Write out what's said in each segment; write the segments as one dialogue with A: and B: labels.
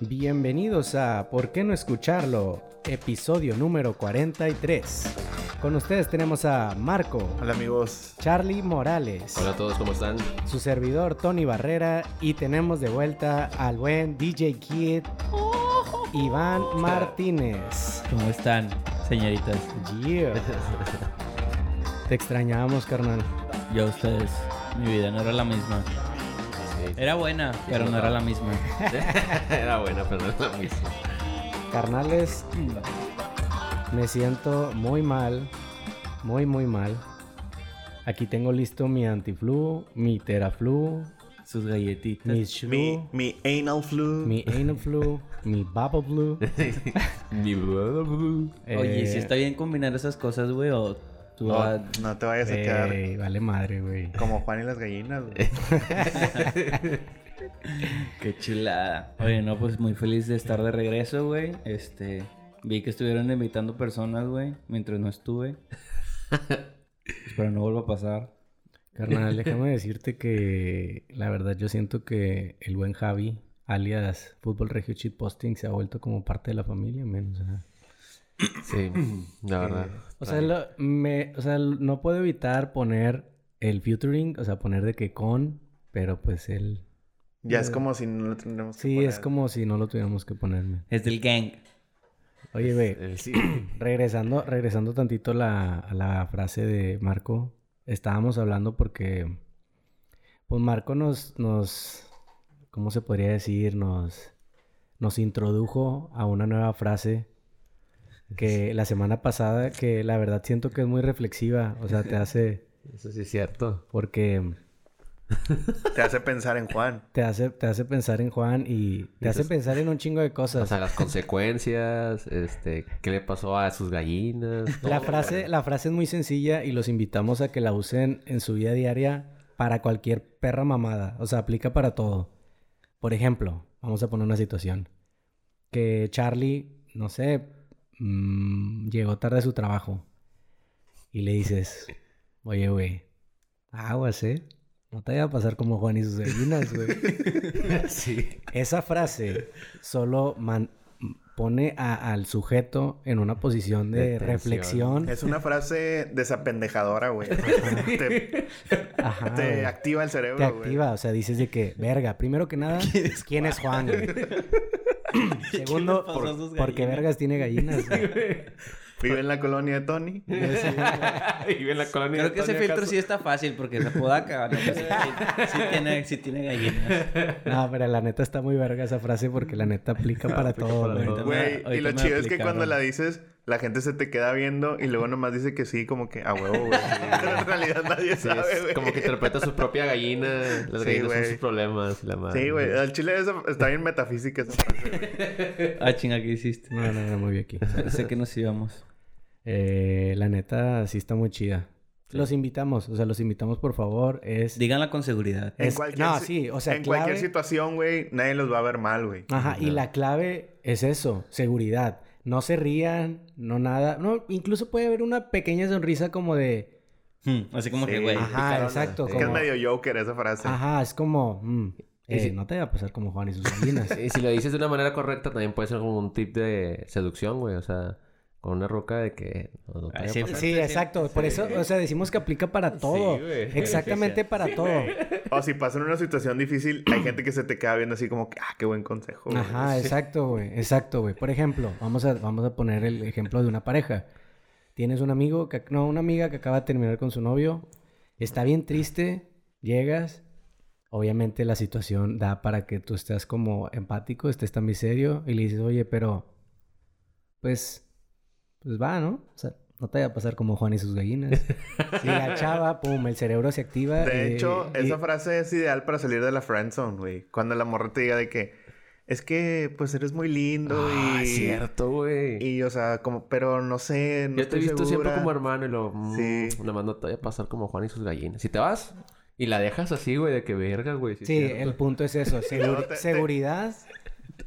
A: Bienvenidos a ¿Por qué no escucharlo? Episodio número 43. Con ustedes tenemos a Marco,
B: Hola amigos.
A: Charlie Morales,
C: Hola a todos, ¿cómo están?
A: su servidor Tony Barrera y tenemos de vuelta al buen DJ Kid Iván Martínez.
D: ¿Cómo están, señoritas?
A: Yeah. Te extrañábamos, carnal.
D: Yo a ustedes. Mi vida no era la misma. Era buena, pero no era la misma.
C: Era buena, pero no era muy
A: Carnales, me siento muy mal, muy muy mal. Aquí tengo listo mi antiflu, mi teraflu,
D: Sus galletitas.
A: mi shlu,
B: Mi,
A: mi,
B: mi anal flu.
A: anaflu, mi bubble blue.
C: Mi
D: Oye,
A: Eh,
D: si está bien combinar esas cosas, güey, o tú
B: No,
D: a-
B: no te vayas a quedar
A: Ey, eh, vale madre, güey.
B: como Juan y las gallinas. güey.
D: Qué chulada. Oye, no, pues muy feliz de estar de regreso, güey. Este... Vi que estuvieron invitando personas, güey, mientras no estuve. Espero no vuelva a pasar.
A: Carnal, déjame decirte que la verdad yo siento que el buen Javi, alias Fútbol Regio Cheat Posting, se ha vuelto como parte de la familia, menos.
C: Sí, la verdad.
A: O sea, lo- me, o sea, l- no puedo evitar poner el featuring, o sea, poner de que con, pero pues él...
B: Ya es como si no lo tendremos que
A: Sí,
B: poner.
A: es como si no lo tuviéramos que ponerme.
D: Es del gang.
A: Oye, güey,
C: Eh, sí.
A: regresando, regresando tantito la- a la frase de Marco, estábamos hablando porque, pues Marco nos, nos, ¿cómo se podría decir? Nos, nos introdujo a una nueva frase que la semana pasada, que la verdad siento que es muy reflexiva, o sea, te hace,
C: Eso sí es cierto.
A: porque...
B: Te hace pensar en Juan.
A: Te hace, te hace pensar en Juan y te hace pensar en un chingo de
C: O
A: cosas.
C: sea, las consecuencias, este, qué le pasó a sus gallinas.
A: la, frase, la frase es muy sencilla y los invitamos a que la usen en su vida diaria para cualquier perra mamada. O sea, aplica para todo. Por ejemplo, vamos a poner una situación. Que Charlie, no sé, mm, llegó tarde a su trabajo y le dices, oye, güey, aguas, ¿eh? No te vaya a pasar como Juan y sus gallinas, güey.
C: sí.
A: Esa frase solo man- pone a- al sujeto en una posición de
C: De tensión.
A: reflexión.
B: Es una frase desapendejadora, güey. te,
A: Ajá,
B: te
A: güey.
B: activa el
A: Te
B: cerebro, güey.
A: activa, o sea, dices de que, verga, primero que nada, ¿quién es Juan? güey? Segundo,
D: pasó a sus
A: porque
D: gallinas?
A: vergas tiene gallinas. güey?
B: Vive en la colonia de Tony.
C: Vive en la colonia.
D: Creo que ese
C: Antonio
D: filtro
C: Caso.
D: sí está fácil porque se puede acabar. ¿no? Sí, sí tiene, sí tiene gallinas.
A: No, pero la neta está muy verga esa frase porque la neta aplica para todo.
C: para
A: güey.
C: todo.
B: Güey, y
D: Ahorita
B: lo
D: me
B: chido es que
D: aplicaron.
B: cuando la dices, la gente se te queda viendo y luego nomás dice que sí, como que a huevo, güey. Pero en realidad nadie
C: Sí,
B: sabe,
C: es
B: güey.
C: como que interpreta a su propia gallina. Las
B: Sí,
C: gallinas
B: güey.
C: son sus problemas. y La madre.
B: Sí, güey. Al chile esa- está bien metafísica esa frase, güey.
D: Ah, chinga, ¿qué hiciste?
A: No, no, no, muy bien aquí.
D: Pensé que nos íbamos.
A: Eh, la neta sí está muy chida. Los invitamos, o sea, los invitamos por favor. Es
D: Díganla con seguridad.
B: En
A: Es-
B: cualquier,
A: no,
B: si-
A: sí, o sea,
B: en
A: clave-
B: cualquier situación, güey, nadie los va a ver mal, güey.
A: Ajá, y la clave es eso, seguridad. No se rían, no nada. No, incluso puede haber una pequeña sonrisa como de...
D: Hmm, Así como
B: Sí.
D: que, güey.
A: Ajá,
C: picarona.
A: exacto.
C: Sí.
B: Es que es
A: como-
B: medio Joker esa frase.
A: Ajá, es como... mm,
C: Y
A: eh,
C: si-
A: No te va a pasar como Juan y sus gallinas.
C: Y si lo dices de una manera correcta, también puede ser como un tip de seducción, güey. O sea, con una roca de que. no, no te
D: Ah,
C: vaya a
D: sí,
C: pasar.
A: Sí, exacto. Por eso, o sea, decimos que aplica para todo.
C: güey.
A: Exactamente para todo.
B: O si pasan una situación difícil, hay gente que se te queda viendo así como que, ah, qué buen consejo. güey".
A: Ajá, exacto, güey. Exacto, güey. Por ejemplo, vamos a, vamos a poner el ejemplo de una pareja. Tienes un amigo, que, no, una amiga que acaba de terminar con su novio. Está bien triste, llegas. Obviamente la situación da para que tú estés como empático, estés también serio y le dices, oye, pero pues, pues va, ¿no? O sea, no te vaya a pasar como Juan y sus gallinas. Si la chava, pum, el cerebro se activa.
B: De
A: y-
B: hecho,
A: y-
B: esa frase es ideal para salir de la friendzone, güey. Cuando la morra te diga de que, es que, pues, eres muy lindo
C: Ah,
B: y...
C: es cierto, güey.
B: Y, o sea, como, pero no sé, no
C: Yo te he
B: estoy
C: visto siempre
B: segura".
C: como hermano y lo. mm,
B: Sí.
C: Nada más no te vaya a pasar como Juan y sus gallinas. Si te vas y la dejas así, güey, de que verga, güey.
A: Sí,
C: es cierto.
A: el punto es eso. seguri-
B: luego te- te-
A: seguridad.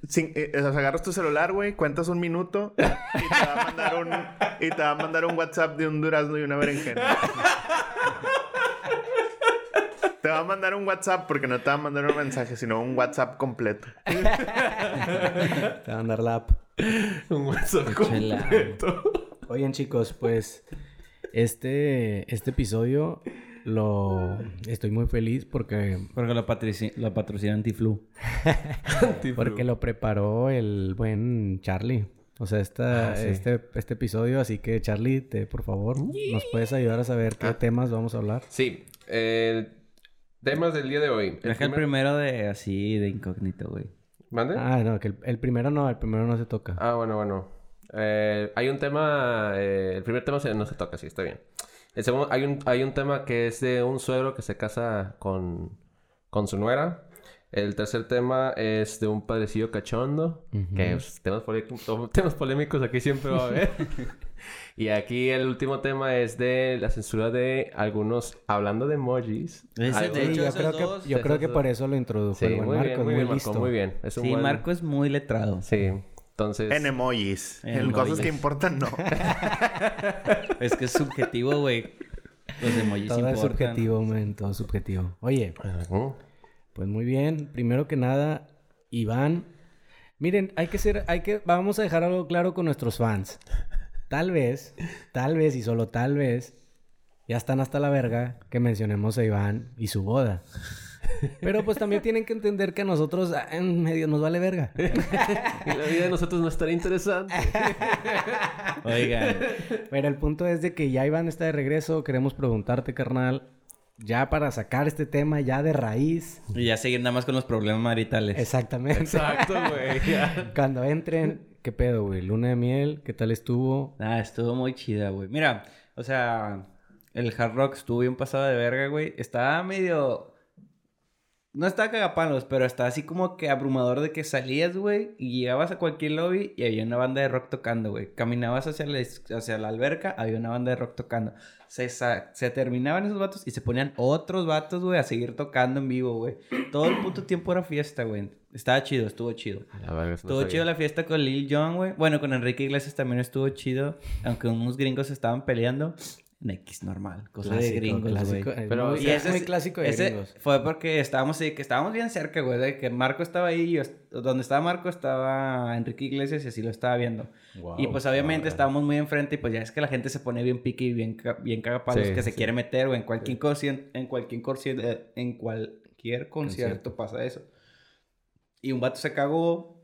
B: Sin- eh, o sea, agarras tu celular, güey, cuentas un minuto y te va a mandar un... y te va a mandar un WhatsApp de un durazno y una berenjena. Te va a mandar un WhatsApp porque no te va a mandar un mensaje, sino un WhatsApp completo.
A: Te va a mandar la app.
C: Un WhatsApp
D: Chela.
C: completo.
A: Oigan, chicos, pues este, este episodio lo estoy muy feliz porque,
D: Porque la, patrici- la patrocina Antiflu.
A: porque lo preparó el buen Charlie. O sea, esta,
C: Ah, sí.
A: este, este episodio, así que Charlie, te, por favor, ¿nos puedes ayudar a saber
C: Ah.
A: qué temas vamos a hablar?
C: Sí. eh, temas del día de hoy.
D: Deja el
C: primer-
D: primero de así, de incógnito, güey.
C: ¿Mande? Ah.
A: Ah, no, que el, el primero no, el primero no se toca.
C: bueno, bueno. Eh, hay un tema... eh, el primer tema se- no se toca, sí, está bien. El segundo... Hay un, hay un tema que es de un suegro que se casa con, con su nuera. El tercer tema es de un padrecillo cachondo.
A: Ujú.
C: Que pues, temas, polé- temas polémicos aquí siempre va a haber. y aquí el último tema es de la censura de algunos... Hablando de emojis.
D: Ese
C: algunos-
D: de
A: Sí,
D: hecho,
A: yo
D: esos
A: creo que,
D: dos,
A: yo creo
D: esos
A: que
D: dos.
A: por eso lo introdujo
C: Sí,
A: el buen
C: muy bien,
A: Marco,
C: muy
A: muy
C: bien,
A: listo.
C: Marco, muy bien. Es un
D: Sí,
C: buen-
D: Marco es muy letrado.
C: Sí, entonces...
B: En emojis.
D: En
B: En, cosas que
D: emojis.
B: importan, no.
D: Es que es subjetivo, güey. Los emojis
A: Todo
D: importan.
A: es subjetivo, man, todo es subjetivo. Oye,
C: Ujú.
A: Pues muy bien, primero que nada, Iván. Miren, hay que ser, hay que, vamos a dejar algo claro con nuestros fans. Tal vez, tal vez y solo tal vez, ya están hasta la verga que mencionemos a Iván y su boda. Pero pues también tienen que entender que a nosotros ah, en medio nos vale verga.
C: Y la vida de nosotros no estaría interesante.
D: Oigan,
A: Pero el punto es de que ya Iván está de regreso, queremos preguntarte, carnal, ya para sacar este tema ya de raíz.
D: y ya seguir nada más con los problemas maritales.
A: Exactamente.
C: Exacto, güey. ya.
A: Cuando entren, ¿qué pedo, güey? Luna de miel, ¿qué tal estuvo?
D: Ah, estuvo muy chida, güey. Mira, o sea, el Hard Rock estuvo bien pasado de verga, güey. Estaba medio... No estaba cagapalos, pero estaba así como que abrumador de que salías, güey, y llegabas a cualquier lobby y había una banda de rock tocando, güey. Caminabas hacia la, es- hacia la alberca, había una banda de rock tocando. Se, sa- se terminaban esos vatos y se ponían otros vatos, güey, a seguir tocando en vivo, güey. Todo el puto tiempo era fiesta, güey. Estaba chido, estuvo chido.
C: La verga, eso no
D: Estuvo
C: sabía.
D: chido la fiesta con Lil Jon, güey. Bueno, con Enrique Iglesias también estuvo chido. Aunque unos gringos estaban peleando. X normal. Cosa de gringos,
A: clásico.
D: güey.
A: Es
C: Pero,
A: muy,
C: o
A: es
C: sea,
A: muy clásico de
D: ese
A: gringos.
D: Fue porque estábamos, sí, que estábamos bien cerca, güey. De que Marco estaba ahí. y Yo, est- donde estaba Marco estaba Enrique Iglesias y así lo estaba viendo. y pues obviamente estábamos muy enfrente y pues ya es que la gente se pone bien pique y bien, ca- bien cagapalos
C: Sí,
D: que se
C: sí.
D: quiere meter, güey. En cualquier, concien- en cualquier, concien- eh, en cualquier concierto pasa eso. Y un vato se cagó,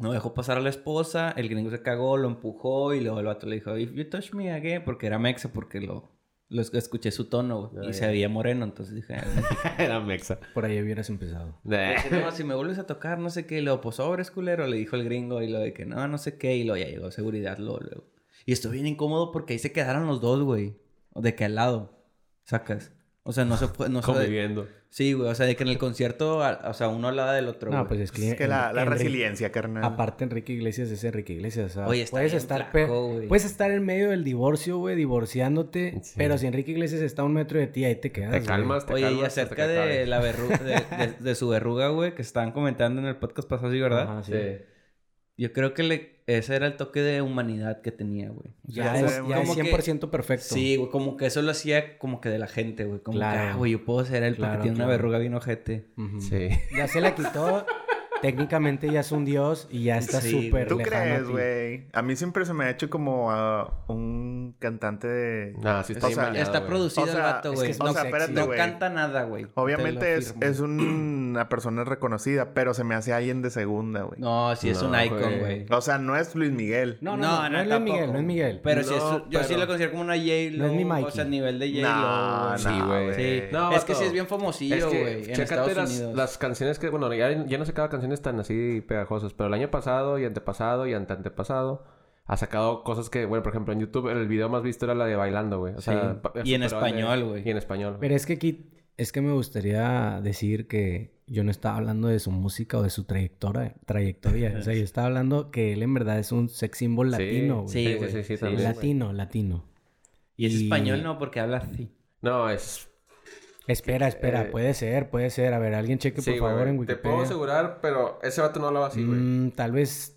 D: no dejó pasar a la esposa, el gringo se cagó, lo empujó y luego el vato le dijo, if you touch me again, porque era mexa, porque lo, lo es- escuché su tono, güey.
C: Ah,
D: y
C: ya.
D: se veía moreno, entonces dije, "Ah,
C: Era mexa.
A: Por ahí hubieras empezado.
C: De-
D: dije, no, si me vuelves a tocar, no sé qué, y luego, pues sobres culero, le dijo el gringo, y lo de que no, no sé qué, y luego ya llegó seguridad, luego, luego. Y esto bien incómodo porque ahí se quedaron los dos, güey, de que al lado, sacas. O sea, no se fue, no se...
C: Conviviendo.
D: Sí, güey, o sea, de que en el concierto, a- o sea, uno al lado del otro,
A: No,
D: güey.
A: pues es que...
B: Es que la, la
A: Enri-
B: resiliencia, carnal.
A: Aparte, Enrique Iglesias es Enrique Iglesias. o sea,
D: Oye,
A: pues,
D: está
A: puedes
D: bien
A: estar
D: flaco,
A: pe-
D: güey.
A: Puedes estar en medio del divorcio, güey, divorciándote.
C: Sí.
A: Pero si Enrique Iglesias está a un metro de ti, ahí te quedas.
C: Te
A: güey.
C: calmas, te
D: Oye,
C: calmas.
D: y
C: hasta
D: acerca
C: que
D: de,
C: acabes.
D: la verruga, de, de- de su verruga, güey, que estaban comentando en el podcast pasado, sí, ¿verdad?
A: Ajá, sí.
C: Sí.
D: Yo creo que le- ese era el toque de humanidad que tenía, güey. O sea,
A: Ya
D: como-
A: es, ya es
D: como que-
A: 100% perfecto.
D: Sí, güey, como que eso lo hacía como que de la gente, güey. Como que,
A: Claro.
D: ah, güey, yo puedo ser él
A: Claro,
D: porque tiene
A: claro.
D: una verruga bien ojete.
A: Ujú.
C: Sí.
A: Ya se la quitó. técnicamente ya es un dios y ya está
D: Sí,
A: súper
B: ¿Tú
A: lejano a
B: crees,
A: ti.
B: güey? A mí siempre se me ha hecho como a un cantante de...
C: No, sí está
B: O
C: bien
B: sea,
C: bañado,
D: está
C: güey.
D: producido
B: O
D: el
B: sea,
D: vato,
A: es que
D: güey.
A: es
D: no
A: muy
B: o sea,
A: sexy.
B: espérate,
D: no
B: güey.
D: canta nada, güey. Te lo
B: Obviamente es,
D: afirmo.
B: es una persona reconocida, pero se me hace alguien de segunda, güey.
D: No, sí es
C: No,
D: un icon,
C: güey.
D: güey.
B: O sea, no es Luis Miguel.
A: No, no, no, no, es Luis
D: tampoco.
A: Miguel, no es Miguel.
D: Pero sí es,
B: No,
D: un- yo sí
B: pero-
D: lo considero como una J-Lo.
A: No es mi
D: O
A: Mikey.
D: sea, nivel de J-Lo.
B: No,
D: güey.
B: no,
C: Sí, güey.
D: Sí.
B: güey.
C: No,
D: es que
C: vato.
D: sí es bien
C: Es
D: famosillo,
C: que
D: güey. en
C: chécate
D: Estados
C: las,
D: Unidos.
C: las canciones que... Bueno, ya, ya no se cada canciones tan así pegajosas. Pero el año pasado y antepasado y anteantepasado... Ha sacado cosas que... Bueno, por ejemplo, en YouTube el video más visto era la de Bailando, güey. O sea...
D: Sí.
C: pa-
D: Y
C: superó al
D: en
C: de-
D: español, güey.
C: Y en español.
A: Pero es que aquí, es que me gustaría decir que yo no estaba hablando de su música o de su trayectoria. trayectoria. o sea, yo estaba hablando que él en verdad es un sex symbol latino, güey.
D: Sí,
C: Sí, sí,
D: güey.
C: sí, sí,
D: Sí,
C: también.
A: latino, latino.
D: Y es
A: Y-
D: español, no, porque habla así.
C: No, es...
A: Espera, espera,
C: Eh,
A: puede ser, puede ser. A ver, alguien cheque por
C: sí,
A: favor
C: güey.
A: en Mm.
C: Te puedo
A: Wikipedia.
C: asegurar, pero ese vato no hablaba así, güey.
A: Mm, tal vez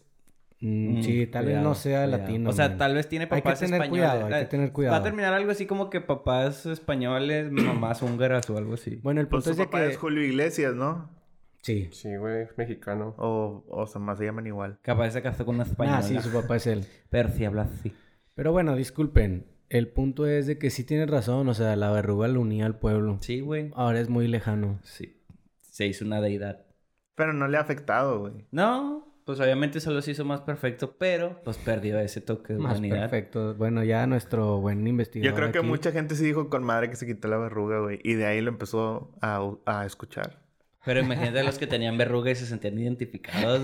A: Mm, sí, tal vez
D: Cuidado,
A: no sea
D: cuidado.
A: latino.
D: O sea,
A: men.
D: tal vez tiene
A: Hay que
D: papás
A: tener
D: españoles. Eh,
A: cuidado, hay que tener cuidado.
D: Va a terminar algo así como que papás españoles, mamás húngaras o algo así.
A: Bueno, el punto
B: Pues su
A: es de
B: papá
A: que...
B: es Julio Iglesias, ¿no?
A: Sí.
C: Sí, güey, es mexicano.
B: O, o sea, más se llaman igual.
D: Capaz se casó con una española.
A: Ah, sí, su papá es él.
D: Pero sí habla así.
A: Pero bueno, disculpen. El punto es de que sí tienes razón. O sea, la verruga lo unía al pueblo.
D: Sí, güey.
A: Ahora es muy lejano.
D: Sí. Se hizo una deidad.
B: Pero no le ha afectado, güey.
D: No, pues obviamente solo se hizo más perfecto, pero pues perdió ese toque de
A: Más
D: humanidad.
A: pues, perfecto. Bueno, ya nuestro buen investigador
B: Yo creo que
A: aquí-
B: mucha gente sí dijo con madre que se quitó la verruga, güey. Y de ahí lo empezó a, a escuchar.
D: Pero imagínate a los que tenían verruga y se sentían identificados,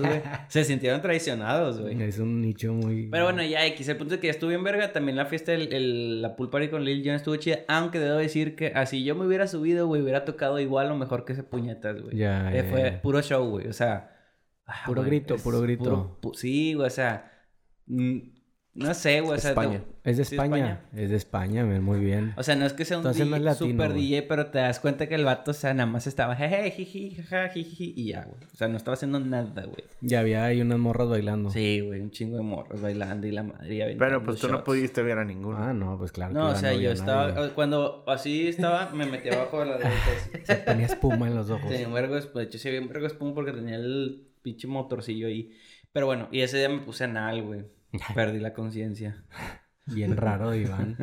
D: güey. Se sintieron traicionados, güey.
A: Es un nicho muy...
D: Pero bueno, ya X, el punto es que ya estuve en verga. También la fiesta, el, el- la pool party con Lil Jon estuvo chida. Aunque debo decir que así yo me hubiera subido, güey, hubiera tocado igual o mejor que ese puñetas, güey.
A: Ya,
D: Eh,
A: ya,
D: fue
A: ya.
D: puro show, güey. O sea. ah,
A: Puro
D: güey,
A: grito,
D: es
A: puro grito.
D: pu- sí, güey, o sea. mm, No sé, güey. O sea,
C: España.
D: te-
A: Es de
D: Sí,
A: España. Es de España, men, muy bien.
D: o sea, no es que sea un
A: Entonces
D: DJ,
A: no es latino,
D: super
A: güey.
D: DJ, pero te das cuenta que el vato, o sea, nada más estaba jeje, jiji, jaja, jiji, y ya, güey. O sea, no estaba haciendo nada, güey.
A: Ya había ahí unas morras bailando.
D: Sí, güey, un chingo de morros bailando y la madre ya
B: Pero pues tú no pudiste ver a ninguno.
A: Ah, no, pues claro. que
D: No, o
A: iba,
D: sea,
A: había
D: yo estaba,
A: nadie.
D: o- cuando así estaba, me metí abajo de la derecha. así.
A: Tenía espuma en los ojos.
D: Tenía un vergo de espuma, de hecho sí había un vergo de espuma porque tenía el pinche motorcillo ahí. Pero bueno, y ese día me puse anal, güey. Perdí la conciencia.
A: Bien raro, de Iván.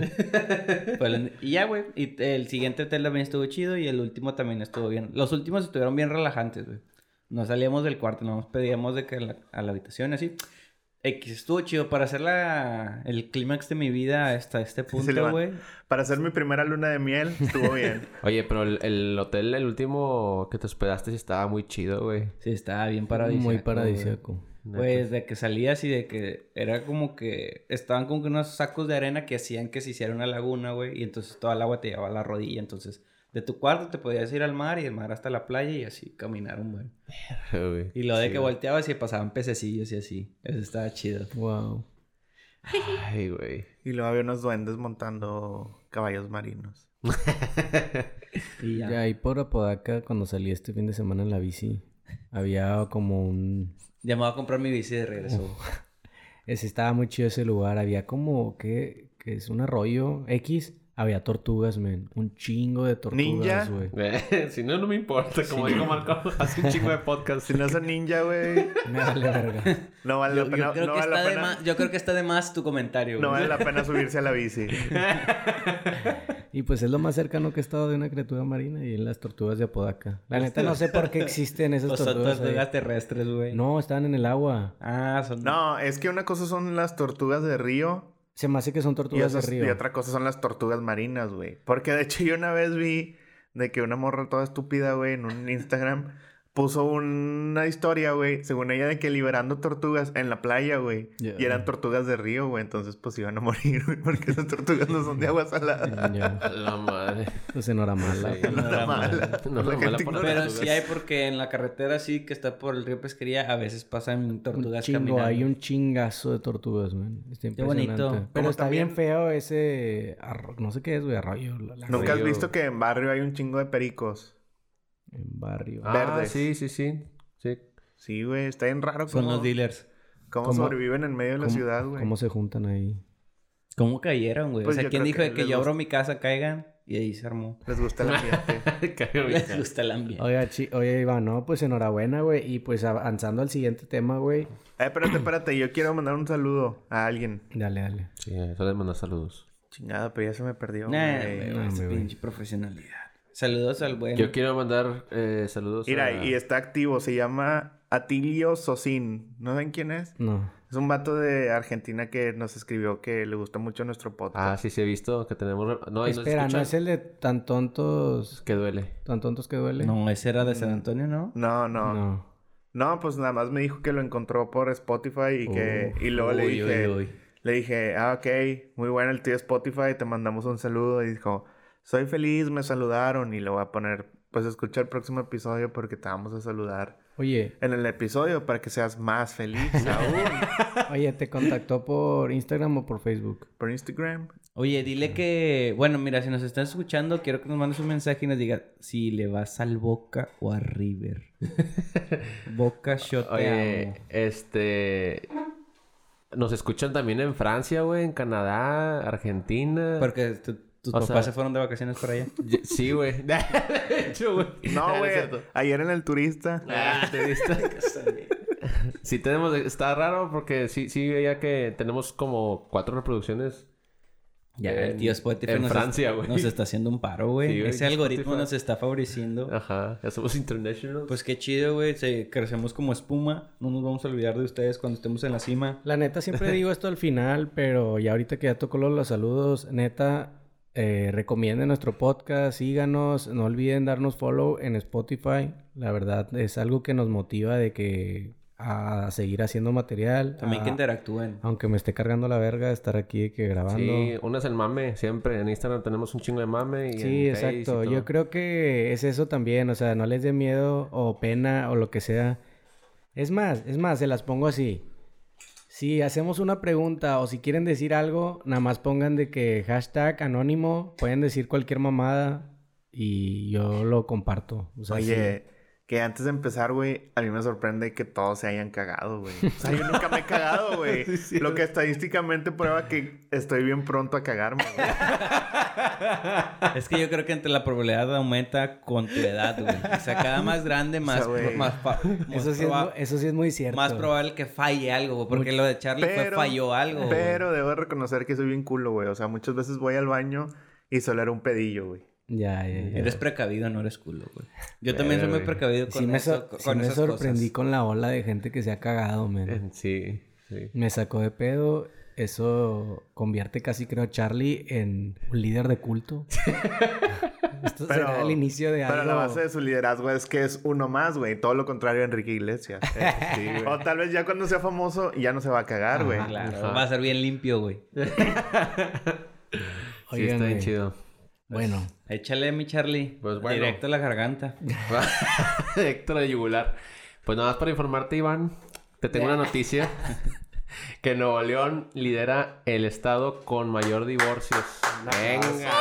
D: Fue el- y ya, güey. Y el siguiente hotel también estuvo chido y el último también estuvo bien. Los últimos estuvieron bien relajantes, güey. No salíamos del cuarto, no nos pedíamos de que a la, a la habitación así. X estuvo chido para hacer la, el clímax de mi vida hasta este
B: le
D: punto,
B: va.
D: güey.
B: Para hacer mi primera luna de miel, estuvo bien.
C: Oye, pero el, el hotel, el último que te hospedaste, sí estaba muy chido, güey.
D: Sí, estaba bien paradisíaco.
A: Muy paradisíaco.
D: güey. Pues de que salías y de que era como que estaban como que unos sacos de arena que hacían que se hiciera una laguna, güey. Y entonces toda el agua te llevaba a la rodilla. Entonces de tu cuarto te podías ir al mar y del mar hasta la playa y así caminar un buen.
C: Güey,
D: Y lo de que
C: chido.
D: volteabas y pasaban pececillos y así. Eso estaba chido.
A: Wow.
C: Ay, güey.
B: y luego había unos duendes montando caballos marinos.
D: Y ya.
A: Y ahí por Apodaca, cuando salí este fin de semana en la bici, había como un...
D: Ya me voy a comprar mi bici de regreso.
A: Ese estaba muy chido ese lugar. Había como que, que es un arroyo X. Había tortugas, men. Un chingo de
B: Ninja.
A: tortugas, güey.
C: si no, no me importa. Como dijo Marco, hace un chingo de podcast.
B: Si no son ninja, güey,
A: Me vale verga.
B: no vale
D: Yo,
B: la
D: yo
B: pena,
D: creo
B: no
D: que
B: vale la
D: está de
B: pena-
D: más, yo creo que está de más tu comentario.
B: no
D: güey.
B: vale la pena subirse a la bici.
A: Y pues es lo más cercano que he estado de una criatura marina y en las tortugas de Apodaca. La neta no sé por qué existen esas
D: Pues son
A: tortugas. ahí.
D: tortugas terrestres, güey.
A: No, estaban en el agua.
D: Ah, son...
B: No, es que una cosa son las tortugas de río
A: Se me hace que son
B: Y,
A: tortugas de
B: esas-
A: río.
B: y otra cosa son las tortugas marinas, güey. Porque de hecho yo una vez vi de que una morra toda estúpida, güey, en un Instagram puso una historia, güey, según ella de que liberando tortugas en la playa, güey.
A: Ya.
B: Y eran tortugas de río, güey. Entonces pues iban a morir, güey, porque esas tortugas no son de agua salada.
A: Ya,
C: A la madre.
A: Pues en hora mala.
C: Sí.
B: No está mala. La
C: No, no,
B: gente
C: mala por
B: ignora.
D: Pero
C: tortugas.
D: sí hay porque en la carretera sí que está por el río Pesquería a veces pasan
A: Un
D: tortugas
A: chingo,
D: caminando.
A: hay un chingazo de tortugas, man. Está
D: Qué bonito.
A: impresionante. Pero
B: Como
A: está
B: también-
A: bien feo ese arro- no sé qué es, güey, arroyo. la- la-
B: Nunca has
C: Río.
B: visto que en barrio hay un chingo de pericos.
A: En barrio.
C: Ah,
B: verdes.
C: sí, sí, sí. Sí.
B: Sí, güey, está bien raro
D: Son
B: cómo,
D: los dealers.
B: cómo
A: ¿Cómo-
B: sobreviven en medio de la
A: ¿Cómo-
B: ciudad, güey.
A: ¿Cómo se juntan ahí?
D: ¿Cómo cayeron, güey?
B: Pues
D: o sea,
B: yo
D: ¿quién
B: creo
D: dijo
B: que
D: de que
B: les
D: yo
B: gusta-
D: abro mi casa, caigan? Y ahí se armó.
B: Les gusta el ambiente. Eh,
C: Cago en
D: Les
C: ca-
D: gusta el ambiente.
A: Oiga, chi- oye, Iván, no, pues enhorabuena, güey. Y pues avanzando al siguiente tema, güey.
B: Eh, espérate, espérate. Yo quiero mandar un saludo a alguien.
A: Dale, dale.
C: Sí, eso le manda saludos.
B: Chingada, pero ya se me perdió.
D: Nah,
B: güey.
D: güey,
A: no,
D: esa
A: güey.
D: pinche profesionalidad. Saludos al buen.
C: Yo quiero mandar eh, saludos
B: Mira,
C: a...
B: y está activo, se llama Atilio Sosín. ¿No saben quién es?
A: No.
B: Es un vato de Argentina que nos escribió que le gusta mucho nuestro
C: Ah,
B: podcast.
C: sí, sí he visto que tenemos... re- No, y nos
A: Espera, ¿no
C: escuchan.
A: es el de tan tontos,
C: Que duele.
A: tan tontos que duele?
D: No, ese era de San Antonio, Ah, ¿no?
B: No, no, no.
A: No.
B: pues nada más me dijo que lo encontró por Spotify y que... y luego le
D: Uy,
B: dije...
D: uy, uy.
B: Le dije, ah, ok, muy bueno el tío Spotify, te mandamos un saludo. Y dijo, soy feliz, me saludaron. Y le voy a poner, pues escucha el próximo episodio porque te vamos a saludar
A: Oye,
B: en el episodio para que seas más feliz aún.
A: oye, ¿te contactó por Instagram o por Facebook?
B: por Instagram.
D: Oye, dile que. Bueno, mira, si nos están escuchando, quiero que nos mandes un mensaje y nos digas si le vas al Boca o a River. Boca, yo te
C: Oye,
D: amo.
C: este... Nos escuchan también en Francia, güey, en Canadá, Argentina.
D: Porque tu- tus
C: O
D: papás
C: sea-
D: se fueron de vacaciones por allá.
C: Ye- Sí, güey. De hecho, güey.
B: No,
C: Ah, es
B: güey.
C: cierto.
B: Ayer en el turista.
C: Ah, ¿te viste? sí tenemos... Está raro porque sí, sí veía que tenemos como cuatro reproducciones.
D: Ya,
C: En-
D: el tío Spotify
C: en
D: nos,
C: Francia,
D: está,
C: güey.
D: nos está haciendo un paro,
C: Sí,
D: güey.
C: güey,
D: Ese algoritmo
C: Spotify.
D: nos está favoreciendo.
C: Ajá. Ya somos international.
D: Pues qué chido, güey. Se- Crecemos como espuma. No nos vamos a olvidar de ustedes cuando estemos en la cima.
A: La neta, siempre digo esto al final, pero ya ahorita que ya tocó lo de los saludos, neta, eh, recomienden nuestro podcast, síganos, no olviden darnos follow en Spotify. La verdad, es algo que nos motiva de que a seguir haciendo material.
D: También
A: a-
C: Ah.
D: que interactúen.
A: Aunque me esté cargando la verga de estar aquí de que grabando.
C: Sí, una es el mame, siempre. En Instagram tenemos un chingo de mame. Y
A: Sí,
C: en Face y
A: exacto.
C: todo.
A: Yo creo que es eso también. O sea, no les dé miedo o pena o lo que sea. Es más, es más, se las pongo así. Si hacemos una pregunta o si quieren decir algo, nada más pongan de que hashtag anónimo, pueden decir cualquier mamada y yo lo comparto. O sea, sí.
B: Oye, que antes de empezar, güey, a mí me sorprende que todos se hayan cagado, güey. O sea, yo nunca me he cagado, güey. Lo que estadísticamente prueba que estoy bien pronto a cagarme, güey.
D: Es que yo creo que entre la probabilidad aumenta con tu edad, güey. O sea, cada más grande, más,
B: sea, güey.
D: más, fa- más
A: Eso, sí es,
D: proba-
A: mu- eso sí es muy cierto.
D: más probable que falle algo, güey. Porque lo de Charlie fue falló algo. güey.
B: Pero debo reconocer que soy bien culo, güey. O sea, muchas veces voy al baño y solo era un pedillo, güey.
A: Ya, ya, ya.
D: Eres precavido, no eres culo, güey. Yo también soy muy
C: güey.
D: precavido con
A: Sí me,
D: eso.
A: sor-
D: con
A: sí me
D: esas
A: sorprendí
D: cosas.
A: con la ola de gente que se ha cagado, men.
C: Eh, Sí, sí.
A: Me sacó de pedo. Eso convierte casi, creo, a Charlie en un líder de culto. Esto
B: Pero-
A: será el inicio de algo.
B: Pero la base de su liderazgo es que es uno más, güey. Todo lo contrario a Enrique Iglesias. o tal vez ya cuando sea famoso ya no se va a cagar, güey.
D: Ah, Claro, va a ser bien limpio, güey.
C: Sí,
A: Oigan,
C: está bien
A: güey.
C: chido.
A: Bueno,
D: Échale, mi Charlie.
C: Pues bueno.
D: Directo a la garganta.
C: Héctor de Yugular. Pues nada más para informarte, Iván, te tengo una noticia. que Nuevo León lidera el estado con mayor divorcios. Venga. venga.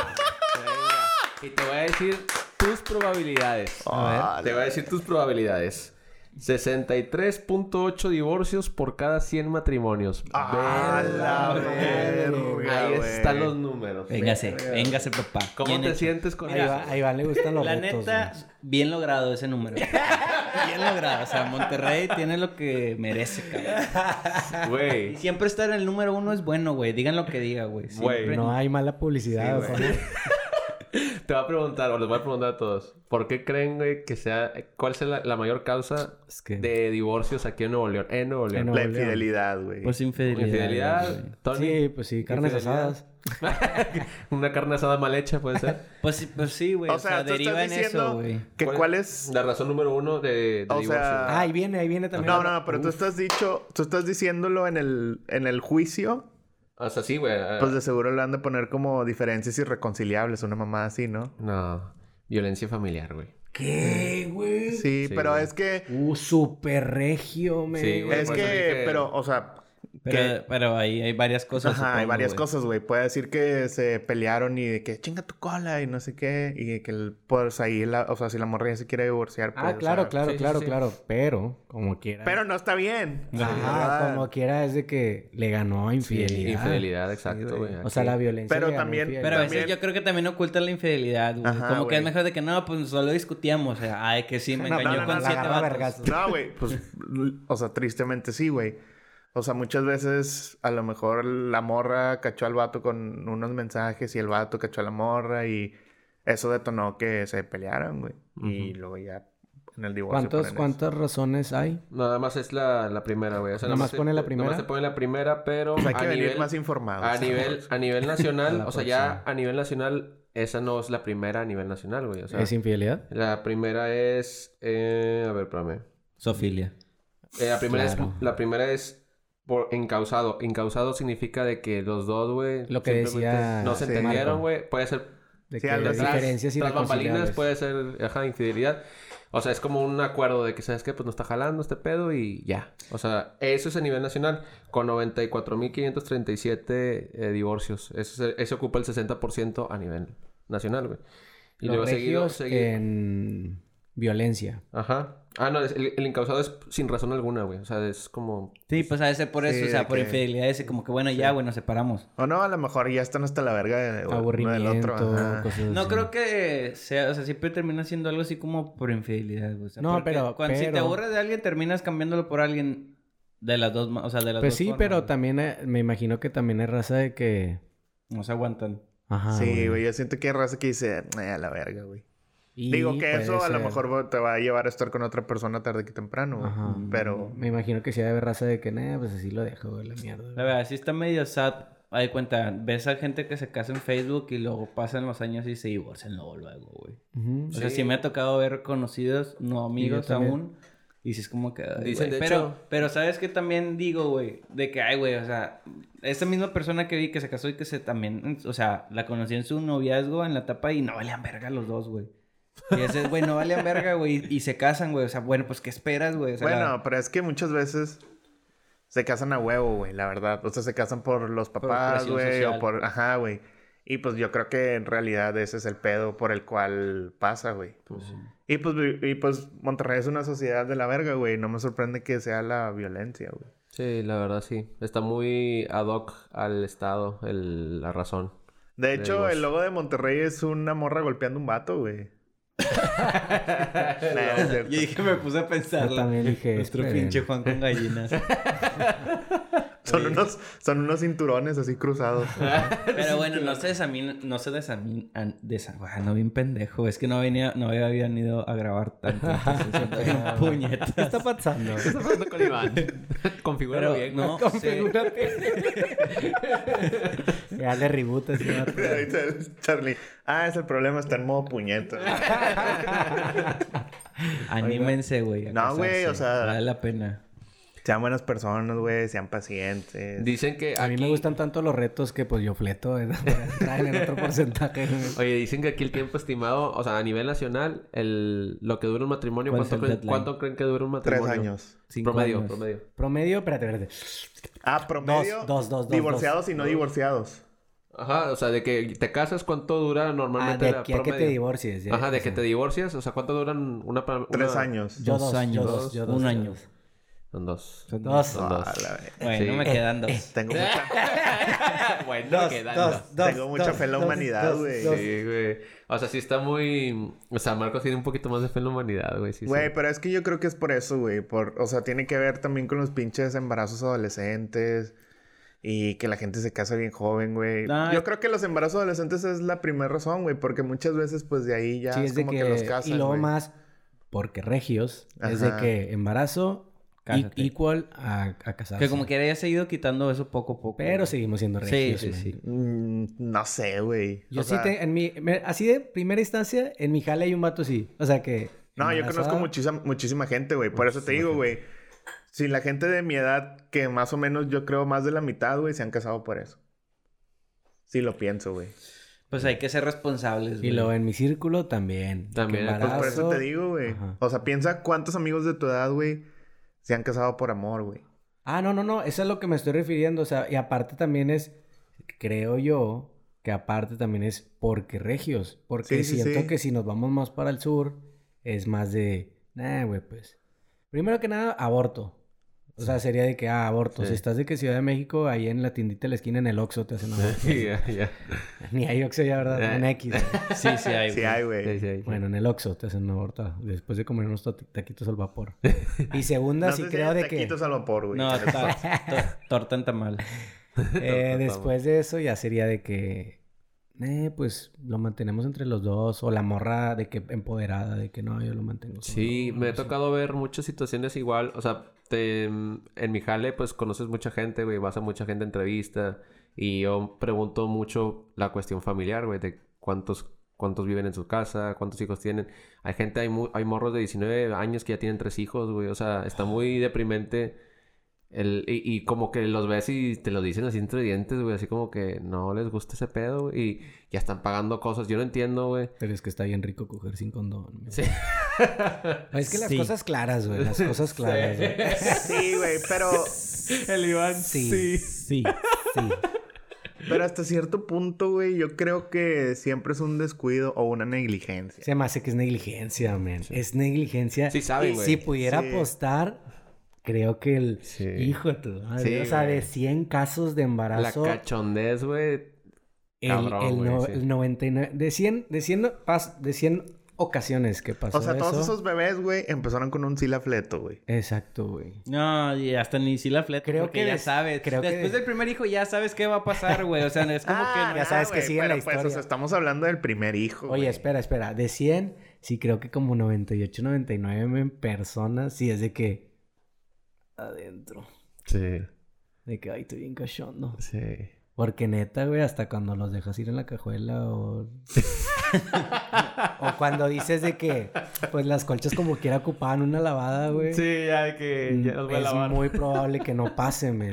C: Y te voy a decir tus probabilidades.
B: Ah,
C: Te voy a decir tus probabilidades. 63.8 divorcios por cada 100 matrimonios.
B: A la Ah, verga,
C: Ahí
B: güey.
C: están los números.
D: Véngase, véngase, papá.
C: ¿Cómo
D: Bien
C: te
D: hecho.
C: sientes con
A: ahí va, ahí va, le gustan los
D: La
A: retos,
D: neta,
A: güey.
D: bien logrado ese número. bien logrado. O sea, Monterrey tiene lo que merece, cabrón.
C: Güey.
D: Y siempre estar en el número uno es bueno, güey. Digan lo que diga, güey.
C: Güey,
D: Siempre-
A: No hay mala publicidad.
C: Sí,
A: o
C: güey.
A: sea,
C: Te va a preguntar, o les voy a preguntar a todos, ¿por qué creen, güey, que sea, cuál es la, la mayor causa
A: Es que-
C: de divorcios aquí en Nuevo León? En Nuevo León.
A: En Nuevo
B: La
A: León.
B: infidelidad, güey.
D: Pues infidelidad. güey.
C: Infidelidad, Tony.
A: Sí, pues sí, carnes
C: Infidelidad.
A: asadas.
B: Ah.
C: Una carne asada mal hecha, puede ser.
D: Pues, sí- pues sí, güey.
B: o sea, tú
D: deriva
B: estás
D: en eso,
B: diciendo
D: güey.
B: que cuál es
C: La razón número uno de, de
B: O
C: divorcio.
B: sea,
A: Ah, ahí viene, ahí viene también.
B: No, no, no, pero tú estás dicho, tú estás diciéndolo en el, en el juicio,
C: O sea, sí, güey. eh,
B: pues de seguro lo han de poner como diferencias irreconciliables, una mamá así, ¿no?
C: No, violencia familiar, güey.
A: ¿Qué, güey?
B: Sí,
C: Sí,
B: pero
C: güey.
B: es que,
A: Uh, super regio, men.
C: Sí, güey. pues,
B: es
C: por
B: que,
C: eso dije-
B: pero, o sea, que,
D: Pero, pero ahí hay varias cosas.
B: ajá, hay
D: supongo,
B: varias
D: güey.
B: cosas, güey. Puede decir que se pelearon y de que chinga tu cola y no sé qué, y que el- pues ahí, la, o sea, si la morra ya se quiere divorciar, pues,
A: Ah,
B: o
A: claro,
B: sea,
A: claro,
C: sí, sí,
A: claro,
C: sí.
A: claro. Pero, como quiera.
B: Pero no está bien. Ah,
A: Ajá,
B: ¿verdad?
A: como quiera es de que le ganó a infidelidad.
C: Infidelidad, exacto, güey.
A: O sea, la violencia.
B: Pero
A: le ganó a
B: también-
A: infidelidad.
D: Pero a veces
B: También-
D: yo creo que también ocultan la infidelidad, güey.
B: Ajá,
D: Como que es
B: güey.
D: mejor de que no, pues solo discutíamos. O sea, ay, que sí, me
A: No,
D: engañó
B: no, no,
D: con
B: no,
D: siete
A: agarraba
D: vatos.
A: vergazos.
B: No, güey, pues, l- o sea, tristemente sí, güey. O sea, muchas veces a lo mejor la morra cachó al vato con unos mensajes y el vato cachó a la morra y eso detonó que se pelearan, güey. Y luego ya en el divorcio.
A: ¿Cuántos-
B: ponen eso.
A: ¿Cuántas razones hay?
C: Nada más es la, la primera, güey. O sea,
A: Nada más
C: se-
A: pone la
C: Nada
A: primera.
C: más se pone la primera, pero.
B: Pues hay
C: a
B: que venir
C: nivel-
B: más informados.
C: A nivel, a nivel nacional,
A: la
C: o sea, ya a nivel nacional, esa no es la primera a nivel nacional, güey. O sea,
A: ¿Es infidelidad?
C: la primera es. eh, a ver, espérame.
D: Sofilia.
C: Eh, la, primera
A: Claro.
C: es la primera es por encausado. Encausado significa de que los dos, güey.
A: Lo que
C: simplemente
A: decía
C: No se
A: sí,
C: entendieron,
A: Marco.
C: güey. Puede ser
A: De
B: Sí,
A: que
B: algo
A: las
B: así. pues,
C: tras-
A: diferencias
C: tras bambalinas
A: irreconciliables.
C: puede ser, ajá, infidelidad. O sea, es como un acuerdo de que, ¿sabes qué? Pues no está jalando este pedo y ya. O sea, eso es a nivel nacional con 94.537 eh, divorcios. Eso, es- eso ocupa el 60% a nivel nacional, güey. Y
A: Los
C: luego seguido,
A: regios
C: seguido.
A: en... violencia.
C: Ajá. Ah, no, es- el, el encausado es sin razón alguna, güey. O sea, es como.
D: Sí, pues a veces por
B: Sí,
D: eso, o sea,
B: de
D: por
B: que-
D: infidelidad, ese como que bueno, ya, güey, nos separamos.
B: O no, a lo mejor ya están hasta la verga de, uno del
A: aburrimiento,
B: otro. ajá.
A: cosas
D: No
A: así.
D: creo que sea, o sea, siempre termina siendo algo así como por infidelidad, güey. O sea,
A: No,
D: porque
A: pero-
D: Cuando si te
A: pero-
D: aburres de alguien, terminas cambiándolo por alguien de las dos, ma- o sea, de las
A: Pues
D: dos
A: sí,
D: formas,
A: pero
D: güey.
A: también eh, me imagino que también hay raza de que...
D: No se aguantan.
A: Ajá,
B: sí, güey, yo siento que hay raza que dice, "Ay, a la verga, güey.
A: Y
B: Digo que
A: puede
B: eso a lo
A: ser.
B: mejor va- te va a llevar a estar con otra persona tarde que temprano, güey.
A: Ajá.
B: Pero
A: Me imagino que sí debe raza de que, nah, pues así lo dejo, güey, la mierda.
D: La verdad, sí está medio sad. Hay cuenta, ves a gente que se casa en Facebook y luego pasan los años y se divorcian luego, luego, güey.
A: Ujú.
D: O sea,
C: Sí.
D: sí me ha tocado ver conocidos, no amigos
A: también.
D: aún. Y si es como que. ay,
C: Dicen,
D: güey.
C: de
D: pero,
C: hecho-
D: pero sabes que también digo, güey, de que, ay, güey, o sea, esa misma persona que vi que se casó y que se también, o sea, la conocí en su noviazgo en la etapa y no valían verga los dos, güey. Y ese, güey, no valían verga, güey, y se casan, güey. O sea, bueno, pues, ¿qué esperas, güey? O sea, la-
B: bueno, pero es que muchas veces se casan a huevo, güey, la verdad. O sea, se casan por los papás,
D: presión
B: güey,
D: social.
B: o por... Ajá, güey. Y pues yo creo que en realidad ese es el pedo por el cual pasa, güey. Y pues, vi- y pues Monterrey es una sociedad de la verga, güey. No me sorprende que sea la violencia, güey.
C: Sí, la verdad sí. Está muy ad hoc al estado, el- la razón.
B: De hecho,
C: Dios.
B: el logo de Monterrey es una morra golpeando un vato, güey. Nah, no es cierto.
D: Yo dije, me puse a pensar.
A: Yo también dije,
D: Nuestro
A: esperen.
D: pinche Juan con gallinas.
B: son, unos, son unos cinturones así cruzados.
A: Ah.
D: Pero bueno, no se desamin... No se desamin... an- desa- Buah, no bien pendejo. Es que no venía... No había habían ido a grabar tanto. entonces siento que era un puñetazo.
A: ¿Qué está pasando?
C: ¿Qué está pasando con Iván? Configúralo
D: Pero
C: bien,
D: no sé.
A: ya le reboot así, vato.
B: Ahorita el Charlie. Ah, es el problema, está en modo puñeto.
D: Anímense, güey. a
B: No, güey,
D: casarse.
B: o sea-
D: Vale la pena.
B: Sean buenas personas, güey, sean pacientes.
C: Dicen que
A: A mí
C: aquí...
A: me gustan tanto los retos que pues yo fleto, ¿verdad? Para entrar en el otro porcentaje. güey.
C: Oye, dicen que aquí el tiempo estimado, o sea, a nivel nacional, el, lo que dura un matrimonio,
D: ¿Cuál es
C: ¿cuánto,
D: el
C: creen,
D: deadline?
C: cuánto creen que dura un
B: Tres
C: matrimonio?
B: años.
D: Cinco
C: promedio,
D: años.
C: promedio.
A: Promedio, espérate, espérate.
B: Ah, promedio.
A: Dos, dos, dos, dos,
B: Divorciados y no divorciados.
C: Ajá, o sea, de que te casas, ¿cuánto dura
A: Ah,
C: normalmente
A: de
C: la
A: aquí a que te
C: promedio?
A: divorcies. ya,
C: Ajá, de
A: o
C: que
A: sea,
C: te divorcias, o sea, ¿cuánto duran una... pa- una-
B: Tres años.
A: Yo
D: Dos
A: dos,
D: años.
A: yo dos, yo
D: Un
A: dos. yo
D: año.
A: dos.
C: Son dos.
A: Son dos.
C: Son dos.
B: Ah, la ve-
D: Bueno,
C: Sí.
D: me quedan dos.
A: Eh,
B: Tengo mucha,
C: Ah, bueno, quedan
B: tengo mucha fe en la humanidad, güey.
C: Sí, güey. O sea, sí está muy... O sea, Marcos tiene un poquito más de fe en la humanidad, güey. Sí,
B: Güey,
C: sí.
B: pero es que yo creo que es por eso, güey. Por, o sea, tiene que ver también con los pinches embarazos adolescentes y que la gente se casa bien joven, güey.
D: Ah, es-
B: yo creo que los embarazos adolescentes es la primera razón, güey, porque muchas veces, pues de ahí ya
A: Sí,
B: es,
A: es de
B: como
A: que,
B: que, los casan.
A: y luego
B: güey.
A: más, porque regios, es de
B: Ajá.
A: que embarazo i-
D: Cásate.
A: equal a, a casarse.
D: Que como quiera ya se ha ido quitando eso poco a poco.
A: Pero
D: güey.
A: seguimos siendo
D: Sí,
A: regios.
D: sí,
A: man.
D: sí.
B: Mm, no sé, güey.
A: Yo
B: O
A: sí
B: sea,
A: te- en mi, me- así de primera instancia, en mi jale hay un vato sí. O sea que.
B: No, yo
A: embarazada-
B: conozco muchísima, muchísima gente, güey. Por eso te digo, güey. Si la gente de mi edad, que más o menos yo creo más de la mitad, güey, se han casado por eso. Sí lo pienso, güey.
D: Pues hay que ser responsables,
A: Y
D: güey.
A: luego en mi círculo también. de
C: También,
A: que
C: pues,
B: Pues por eso te digo, güey.
A: Ajá.
B: O sea, piensa cuántos amigos de tu edad, güey, se han casado por amor, güey.
A: Ah, no, no, no. Eso es lo que me estoy refiriendo. O sea, y aparte también es. Creo yo que aparte también es porque regios. Porque
B: Sí, sí,
A: siento
B: sí.
A: que si nos vamos más para el sur, es más de. Nah, güey, pues. Primero que nada, aborto. O sea, sería de que, ah, aborto.
C: Sí.
A: Si estás de que Ciudad de México, ahí en la tiendita de la esquina, en el Oxxo te hacen aborto.
C: Sí, ya, ya.
A: Ni hay Oxxo ya, ¿verdad?
C: Eh.
A: En X. güey.
D: Sí, sí hay,
B: Sí
D: güey.
B: hay, güey.
C: Sí, sí, sí.
A: Bueno, en el Oxxo te hacen una aborta después de comer unos tati- taquitos al vapor. Y segunda,
B: No
A: sí
B: sé si
A: creo
B: hay
A: de que
B: taquitos al vapor, güey.
D: No, ta- to- torta en tamal.
A: eh, después de eso ya sería de que, eh, pues lo mantenemos entre los dos o la morra de que empoderada de que no, yo lo mantengo. solo,
C: Sí,
A: o
C: me ha
A: algo así.
C: tocado ver muchas situaciones igual. O sea, te- en mi jale, pues conoces mucha gente, güey. Vas a mucha gente a entrevista. Y yo pregunto mucho la cuestión familiar, güey, de cuántos, cuántos viven en su casa, cuántos hijos tienen. Hay gente, hay, mu- hay morros de 19 años que ya tienen tres hijos, güey. O sea, está muy deprimente. El, y, y como que los ves y te lo dicen así entre dientes, güey. Así como que no les gusta ese pedo, güey. Y ya están pagando cosas. Yo no entiendo, güey.
A: Pero es que está bien rico coger sin condón. güey.
C: Sí.
A: Es que las
D: Sí.
A: cosas claras, güey, las cosas claras. güey.
B: Sí, güey, pero
D: El Iván.
A: Sí, sí, sí.
B: Pero hasta cierto punto, güey, yo creo que siempre es un descuido o una negligencia.
A: Se me hace que es negligencia, man. Es negligencia.
C: Sí saben,
A: Y
C: güey.
A: Si pudiera
B: Sí.
A: apostar, creo que el
C: Sí.
A: hijo de tu madre,
B: Sí,
A: o sea,
B: güey.
A: de 100 casos de
C: La
A: embarazo,
C: cachondez, güey.
A: el,
C: cabrón,
A: el
C: güey,
A: no-
C: sí.
A: el 99 de 100 de 100 no- pas- de 100 ocasiones que pasó
B: O sea,
A: eso.
B: todos esos bebés, güey, empezaron con un silafleto, güey.
A: Exacto, güey.
D: No, y hasta ni si la fleta.
A: Creo
D: Creo que
A: que
D: ya
A: des-
D: sabes.
A: creo que
D: Después
A: des-
D: del primer hijo ya sabes qué va a pasar, güey. O sea, es como que...
A: ya sabes que
B: Ah, güey,
A: sigue
B: pero,
A: la
B: Pues, o
A: historia.
B: sea, estamos hablando del primer hijo.
A: Oye,
B: güey.
A: espera, espera, de 100 sí creo que como 98, 99 en personas sí es de que adentro,
C: Sí,
A: de que ay, estoy bien cachondo.
C: sí.
A: Porque neta, güey, hasta cuando los dejas ir en la cajuela o... o cuando dices de que, pues las colchas como quiera ocupaban una lavada, güey.
C: Sí, ya de que
A: Mm,
C: ya los voy a
A: es
C: lavar.
A: muy probable que no pase, men.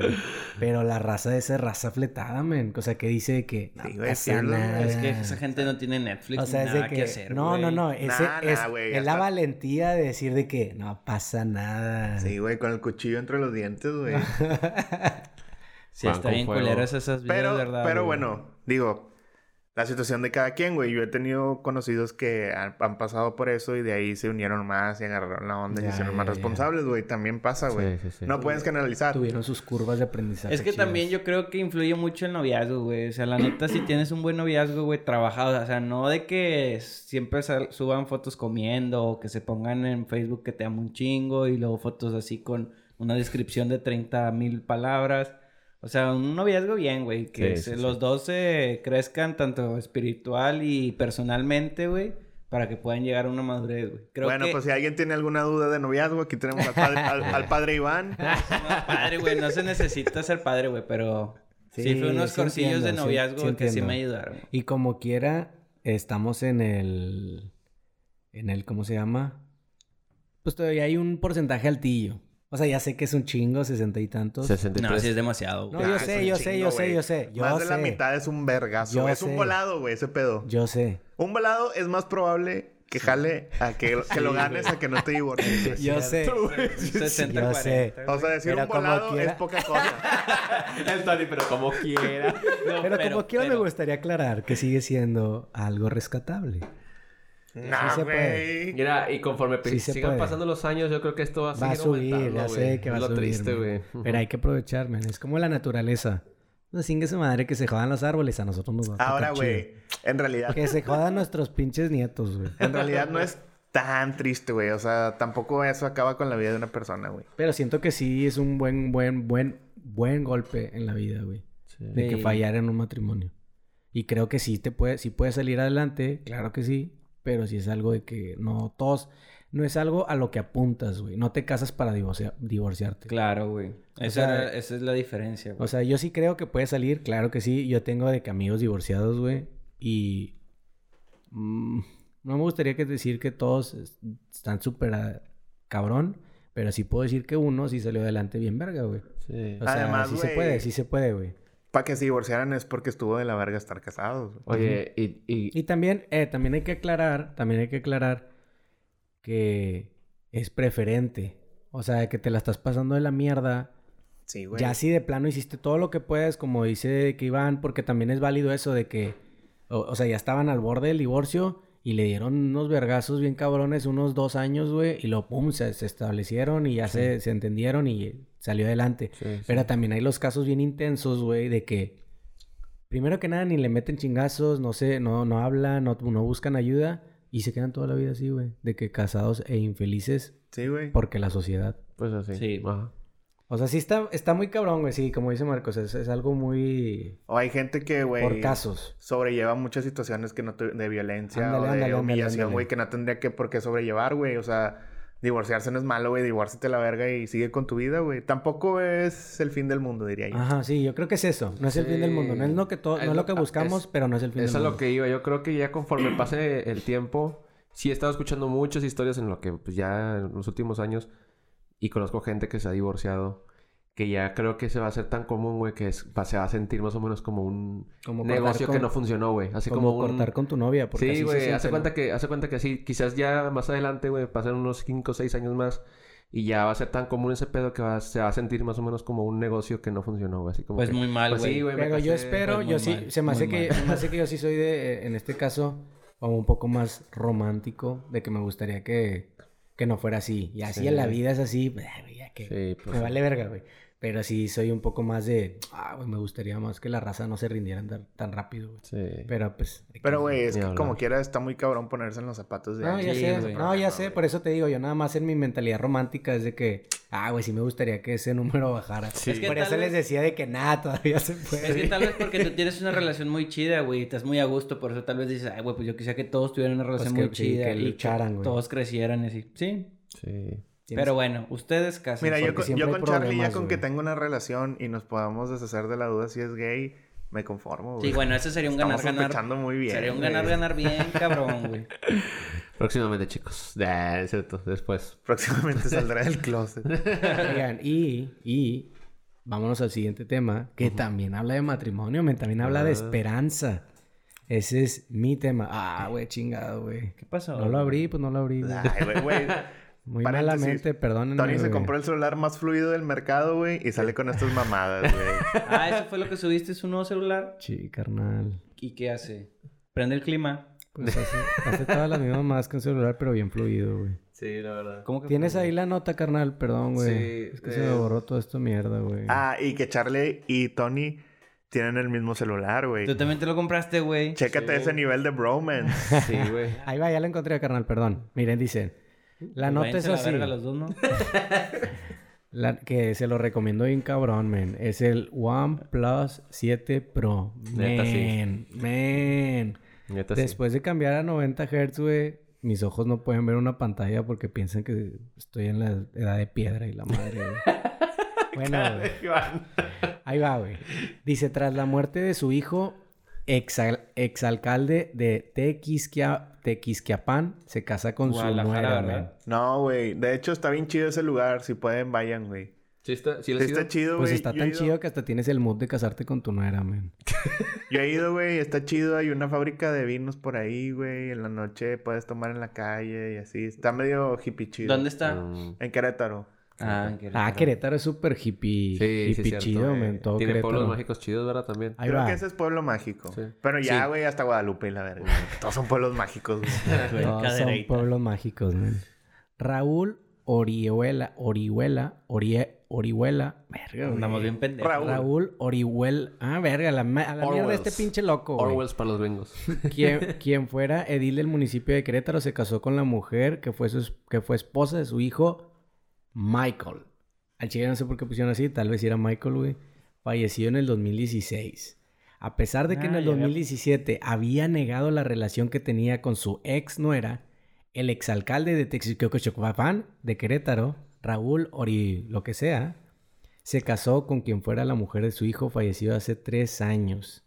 A: Pero la raza de esa raza fletada, men. O sea, que dice de que no
B: Sí, güey, sí,
A: pasa
B: es lo-
A: nada.
D: Es que esa gente no tiene Netflix
A: Ah. O sea,
D: ni
A: es
D: nada
A: de
D: que,
A: que...
D: hacer,
A: no,
D: güey.
A: no, no. Ese
B: Nah, nah,
A: es,
B: güey,
A: es la
B: hasta-
A: valentía de decir de que no pasa nada.
B: Sí, güey, con el cuchillo entre los dientes, güey.
D: Sí,
C: Van
D: está
C: con
D: bien
C: fuego.
D: culeras esas vidas,
B: Pero,
D: ¿verdad?
B: pero
D: güey?
B: bueno, digo, la situación de cada quien, güey. Yo he tenido conocidos que han, han pasado por eso y de ahí se unieron más y agarraron la onda y
A: Ya,
B: se hicieron
A: ya,
B: más
A: ya.
B: responsables, güey. También pasa,
C: Sí,
B: güey.
C: sí, sí.
B: No puedes canalizar.
A: Tuvieron sus curvas de aprendizaje.
D: Es que
A: chidas.
D: también yo creo que influye mucho el noviazgo, güey. O sea, la neta, si tienes un buen noviazgo, güey, trabajado. O sea, no de que siempre sal- suban fotos comiendo o que se pongan en Facebook que te amo un chingo y luego fotos así con una descripción de 30 mil palabras. O sea, un noviazgo bien, güey. Que
C: Sí, sí,
D: se-
C: sí.
D: los dos se crezcan tanto espiritual y personalmente, güey, para que puedan llegar a una madurez, güey. Creo
B: bueno,
D: que...
B: pues si alguien tiene alguna duda de noviazgo, aquí tenemos al padre, al- al padre Iván.
D: No, padre, güey. No se necesita ser padre, güey, pero... Sí,
A: Sí,
D: fue unos
A: sí
D: corcillos
A: entiendo,
D: de
A: sí-
D: noviazgo
A: sí
D: güey, que sí
A: entiendo.
D: me ayudaron.
A: Y como quiera, estamos en el. En el, ¿cómo se llama? Pues todavía hay un porcentaje altillo. O sea, ya sé que es un chingo, sesenta y tantos.
C: 63.
D: No, sí es demasiado,
A: No,
D: güey.
A: yo
B: Ah, es
A: sé,
B: un
A: yo sé,
B: chingo,
A: yo sé,
B: güey.
A: yo sé. Yo
B: más
A: sé.
B: de la mitad es un vergazo.
A: Yo
B: güey. es
A: sé.
B: un volado, güey, ese pedo.
A: Yo sé.
B: Un volado es más probable que jale a que, que lo ganes a que no te divorcies. güey.
A: Yo sé. yo
D: 60
A: sé.
D: 40.
B: O sea, decir
A: Pero
B: un
A: como
B: volado
A: quiera.
B: es poca cosa.
C: El Tony, pero como quiera.
D: No,
A: Pero, como quiera
D: pero-
A: me gustaría aclarar que sigue siendo algo rescatable.
B: nah,
A: se puede.
B: güey.
C: Mira, y conforme pe-
A: Sí se
C: sigan
A: puede.
C: pasando los años, yo creo que esto va a
A: Va a
C: seguir
A: subir,
C: aumentando,
A: ya
C: güey.
A: sé que va a
C: Es
A: subir.
C: lo triste, güey.
A: man. Pero hay que aprovechar, man. Es como la naturaleza. No chingue su madre que se jodan los árboles, a nosotros nos va a tocar
B: Ahora,
A: chido.
B: güey, en realidad,
A: Que se jodan nuestros pinches nietos, güey.
B: en realidad no es tan triste, güey. O sea, tampoco eso acaba con la vida de una persona, güey.
A: Pero siento que sí es un buen, buen, buen, buen golpe en la vida, güey. De que
D: Sí.
A: fallar en un matrimonio. Y creo que sí te puede, sí puede salir adelante, claro que sí. Pero sí es algo de que no todos, no es algo a lo que apuntas, güey. No te casas para divorcia- divorciarte.
D: Claro, güey. Esa,
A: sea,
D: era- esa es la diferencia, güey.
A: O sea, yo sí creo que puede salir, claro que sí. Yo tengo de que amigos divorciados, güey. Y mm, no me gustaría que decir que todos es- están súper ah, cabrón. Pero sí puedo decir que uno sí salió adelante bien verga, güey.
C: Sí.
A: O sea,
B: Además,
A: sí se
B: güey.
A: puede, sí se puede, güey.
B: Para que se divorciaran es porque estuvo de la verga estar casados. güey.
C: Oye, y, y-
A: Y también, eh, también hay que aclarar, también hay que aclarar que es preferente. O sea, que te la estás pasando de la mierda.
B: Sí, güey.
A: Ya si de plano hiciste todo lo que puedes, como dice que Iván, porque también es válido eso de que, o, o sea, ya estaban al borde del divorcio y le dieron unos vergazos bien cabrones, unos dos años, güey, y lo pum, se, se establecieron y ya se, se entendieron y salió adelante.
C: Sí, sí.
A: Pero también hay los casos bien intensos, güey, de que primero que nada ni le meten chingazos, no sé, no, no hablan, no, no buscan ayuda y se quedan toda la vida así, güey, de que casados e infelices
B: Sí, güey.
A: porque la sociedad.
C: pues así.
D: Sí.
C: Ajá.
A: O sea, sí está, está muy cabrón, güey. Sí, como dice Marcos, es, es algo muy...
B: O hay gente que, güey.
C: Pues,
A: por casos.
B: sobrelleva muchas situaciones que no tu- de violencia
A: Ándale,
B: o de
A: ándale, ándale,
B: humillación,
A: ándale.
B: güey, que no tendría que por qué sobrellevar, güey. O sea, divorciarse no es malo, güey. Divórciate a la verga y sigue con tu vida, güey. Tampoco es el fin del mundo, diría yo.
A: Ajá, sí, yo creo que es eso. No es el fin del mundo. No es lo que, todo,
C: Es
A: no es
C: lo-
A: lo que
C: ah,
A: buscamos,
C: es-
A: pero no es el fin
C: Eso
A: del
C: es
A: mundo.
C: lo que iba. Yo creo que ya conforme pase el tiempo, sí he estado escuchando muchas historias en lo que pues, ya en los últimos años y conozco gente que se ha divorciado. Que ya creo que se va a hacer tan común, güey, que es- va- se va a sentir más o menos como un
A: Como cortar
C: negocio que
A: con-
C: no funcionó, güey. Así
A: como,
C: como, un...
A: cortar con tu novia. Porque así
C: Sí,
A: se
C: güey,
A: siente,
C: hace
A: ¿no?
C: cuenta que, hace cuenta que sí, quizás ya más adelante, güey, pasan unos 5 o 6 años más Y ya va a ser tan común ese pedo que va a- se va a sentir más o menos como un negocio que no funcionó, güey. Así como
D: Pues
C: que,
D: muy mal,
C: pues
D: güey.
C: sí, güey. me
A: Pero yo
C: casé,
A: espero,
D: pues, muy
A: yo sí,
D: mal,
A: se me hace
D: muy
A: que,
D: mal.
A: se me hace que yo sí soy de, eh, en este caso, como un poco más romántico, de que me gustaría que, que no fuera así. Y así
C: Sí.
A: en la vida es así, pues, ay, güey, ya que
C: Sí, pues,
A: me vale verga, güey. Pero sí soy un poco más de, ah, güey, me gustaría más que la raza no se rindiera tan, tan rápido, güey.
C: Sí.
A: Pero pues... hay que-
B: Pero, güey, es
C: Ni
B: que
C: hablar.
B: como quiera está muy cabrón ponerse en los zapatos de
A: No,
B: alguien.
A: ya
D: Sí,
A: sé,
D: güey.
A: no, ya sé, por eso te digo, yo nada más en mi mentalidad romántica es de que, ah, güey, sí me gustaría que ese número bajara.
B: Sí. Es que
A: por eso
D: tal
A: les
D: vez-
A: decía de que nada, todavía se puede.
D: Es que tal vez porque tú tienes una relación muy chida, güey, y estás muy a gusto, por eso tal vez dices, ay, güey, pues yo quisiera que todos tuvieran una relación
A: Pues que-
D: muy
A: sí,
D: chida
A: que
D: y
A: lucharan,
D: que
A: güey.
D: todos crecieran y así. Sí,
C: Sí.
A: Tienes-
D: pero bueno, ustedes casi.
B: Mira, yo,
A: porque
B: con-
A: siempre
B: yo
A: hay
B: con Charlie, ya
A: problemas,
B: con que
A: güey.
B: tengo una relación y nos podamos deshacer de la duda si es gay, me conformo, güey.
D: Sí, bueno, ese sería un
B: Estamos
D: ganar-ganar.
B: sospechando muy bien.
D: Sería un
B: güey.
D: ganar-ganar bien, cabrón, güey.
C: Próximamente, chicos. Nah, es cierto. Después.
B: Próximamente saldrá del closet.
A: Oigan, y, y vámonos al siguiente tema, que también habla de matrimonio, men, también habla
D: Ah.
A: de esperanza. Ese es mi tema. Ah, güey, chingado, güey.
D: Eh. ¿Qué pasó? Ah,
A: No lo abrí, pues no lo abrí. güey.
B: Ay, güey, güey.
A: Muy
B: paréntesis.
A: malamente, perdónenme.
B: Tony se
A: güey.
B: compró el celular más fluido del mercado, güey, y sale con estas mamadas, güey.
D: Ah, eso fue lo que subiste, es un nuevo celular.
A: Sí, carnal.
D: ¿Y qué hace? Prende el clima.
A: Pues hace, hace todas las mismas más que un celular, pero bien fluido, güey.
C: Sí, la verdad.
D: ¿Cómo que eh.
A: Tienes ahí la nota, carnal, perdón, güey.
C: Sí,
A: es que se me
C: es-
A: borró todo esto mierda, güey.
B: Ah, y que Charlie y Tony tienen el mismo celular, güey.
D: Tú también te lo compraste, güey.
B: Chécate
C: Sí.
B: ese nivel de bromance.
C: Sí, güey.
A: Ahí va, ya la encontré, carnal, perdón. Miren, dicen. La nota es
D: Pues Váyanse a
A: así.
D: La verga los dos, ¿no?
A: La- que se lo recomiendo bien cabrón, men. Es el OnePlus 7 Pro.
C: Neta, sí.
A: Men, men.
C: Neta, sí.
A: Después de cambiar a 90 Hz, güey, mis ojos no pueden ver una pantalla porque piensan que estoy en la edad de piedra y la madre, güey. Bueno, güey, ahí va, güey. Dice, tras la muerte de su hijo, exal- exalcalde de Tequisquia- Tequisquiapán, se casa con su
D: Guadalajara,
A: nuera, men.
D: ¿verdad?
B: No, güey. De hecho, está bien chido ese lugar. Si pueden, vayan, güey.
C: Sí, está, sí,
B: Sí
C: le
B: está
C: sigo.
B: chido, güey.
A: Pues está
B: Yo he
A: tan
B: ido-
A: chido que hasta tienes el mood de casarte con tu nuera, men.
B: Yo he ido, güey. Está chido. Hay una fábrica de vinos por ahí, güey. En la noche puedes tomar en la calle y así. Está medio hippie chido.
D: ¿Dónde está?
C: Mm.
B: En Querétaro.
D: Ah, en Querétaro.
A: Ah, Querétaro es súper hippie,
C: Sí, sí,
A: hippie
C: cierto,
A: chido,
C: eh.
A: men. Todo
C: Tiene
A: Querétaro.
C: pueblos mágicos chidos, ¿verdad? También.
A: Ahí
B: Creo
A: va.
B: que ese es pueblo mágico.
C: Sí.
B: Pero ya,
C: Sí.
B: güey, hasta Guadalupe y la verga. Todos son pueblos mágicos, güey.
A: Todos son
D: Cadereita.
A: pueblos mágicos, men. Raúl Orihuela, Orihuela, Orie, Orihuela, verga, güey.
D: Andamos bien pendejos.
B: Raúl.
A: Raúl Orihuela, ah, verga, la ma- a la mierda de este
B: Orwells.
A: pinche loco, güey.
C: Orwells para los gringos.
A: Quien, quien fuera edil del municipio de Querétaro se casó con la mujer que fue, su, es- que fue esposa de su hijo, Michael. Al chile no sé por qué pusieron así, tal vez era Michael, güey. Falleció en el 2016. A pesar de que en
D: Ah,
A: el
D: ya veo.
A: 2017 había negado la relación que tenía con su ex nuera, el exalcalde de Texcocochocopán de Querétaro, Raúl Ori, lo que sea, se casó con quien fuera la mujer de su hijo fallecido hace tres años.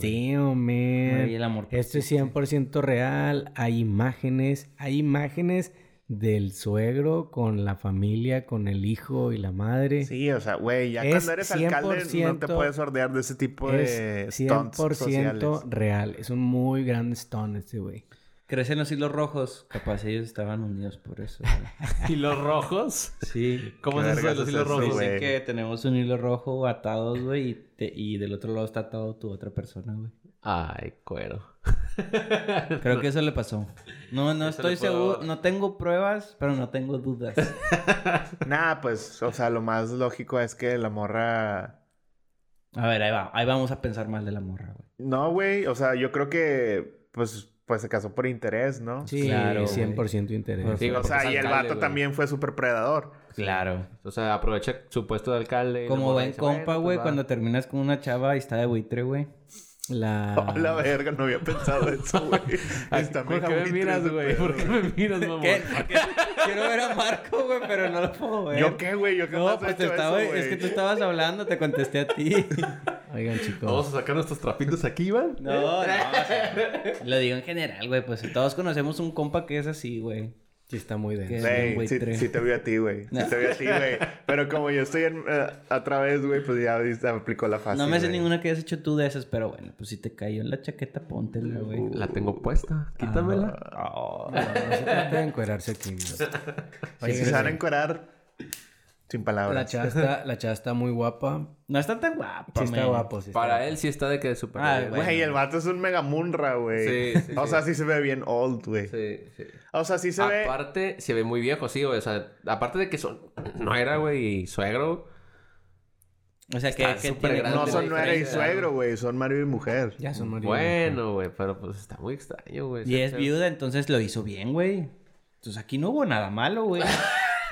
A: Damn, man.
D: Ay, el amor.
A: Esto es 100% real. Hay imágenes, hay imágenes del suegro con la familia, con el hijo y la madre.
B: Sí, o sea, güey, ya
A: Es
B: cuando eres alcalde no te
A: 100%
B: puedes sordear de ese tipo de
A: es
B: pues, stunts
A: 100%
B: sociales.
A: real. Es un muy gran stunt este güey.
D: Crecen los hilos rojos. Capaz ellos estaban unidos por eso. güey.
C: ¿Y los rojos?
D: Sí.
C: ¿Cómo
B: Qué
C: es eso de
B: vergas
C: los
B: es
C: hilos
B: eso,
C: rojos?
B: güey.
D: Dicen que tenemos un hilo rojo atados, güey, y, te- y del otro lado está atado tu otra persona, güey.
C: Ay, cuero.
D: Creo que eso le pasó. No, no
C: Eso le
D: estoy
C: puedo-
D: seguro. No tengo pruebas, pero no tengo dudas.
B: Nah, pues, o sea, lo más lógico es que la morra
D: A ver, ahí va. Ahí vamos a pensar mal de la morra, güey.
B: No, güey. O sea, yo creo que, pues, pues se casó por interés, ¿no?
A: Sí,
D: Claro, güey.
A: 100% interés.
C: Sí,
B: o
C: porque pues es
B: sea, y el
C: alcalde,
B: vato
C: güey.
B: también fue súper predador.
D: Claro.
C: O sea, aprovecha su puesto de alcalde. y la
D: Como
C: morra
D: ven
C: dice,
D: compa,
C: "Bueno, pues
D: güey,
C: va".
D: cuando terminas con una chava y está de buitre, güey.
A: La...
B: A la verga, no había pensado eso, güey.
C: Ay,
B: Está
C: ¿Por
B: mega
C: qué me
B: buitre
C: miras,
B: ese
C: güey?
B: pedo,
C: ¿Por qué me miras, mamón?
D: Quiero ver a Marco, güey, pero no lo puedo ver.
B: ¿Yo qué, güey? Yo qué
D: No, pues te estaba,
B: eso,
D: es que tú
B: güey?
D: estabas hablando, te contesté a ti.
A: Oigan, chicos.
C: Vamos a sacar nuestros trapitos aquí, Iván.
D: No, no, o sea, lo digo en general, güey, pues todos conocemos un compa que es así, güey.
A: Sí, está muy denso.
D: Sí, ¿Qué?
B: Güey,
D: güey,
B: sí,
D: tres.
B: sí te veo a ti, güey. Sí
D: No.
B: te veo a ti, güey. Pero como yo estoy en, eh, a través, güey, pues ya viste, aplicó la fácil.
D: no me sé
B: güey.
D: ninguna que hayas hecho tú de esas, pero bueno, pues si te cayó en la chaqueta, póntela, güey.
B: Uh.
C: La tengo puesta. Quítamela.
D: Oh.
A: No, no se trata de encuerarse aquí. ¿no?
B: Y
A: Oye,
B: Ah. si se van a encuerar, sin
A: la
B: palabras.
A: chava está, la chava está muy guapa.
D: No está tan guapo,
A: Sí está
D: man.
A: guapo, sí está
C: Para
A: guapo.
C: él sí está de que super.
D: Ah,
C: bien,
D: bueno.
B: Güey, el vato es un mega munra, güey.
C: Sí, sí,
B: o
C: sí.
B: sea, sí se ve bien old, güey.
C: Sí, sí.
B: O sea, sí se ve...
C: Aparte, se ve muy viejo, sí, güey. O sea, aparte de que son... no era, güey, y suegro.
D: O sea, que,
C: Está
D: que
C: súper grande,
B: No son
C: güey,
B: nuera y
C: diferencia,
B: suegro, güey. Son marido y mujer.
A: Ya son marido.
C: Bueno, güey, pero pues está muy extraño, güey.
D: Y es
C: Se-
D: viuda, entonces lo hizo bien, güey. Entonces aquí no hubo nada malo, güey.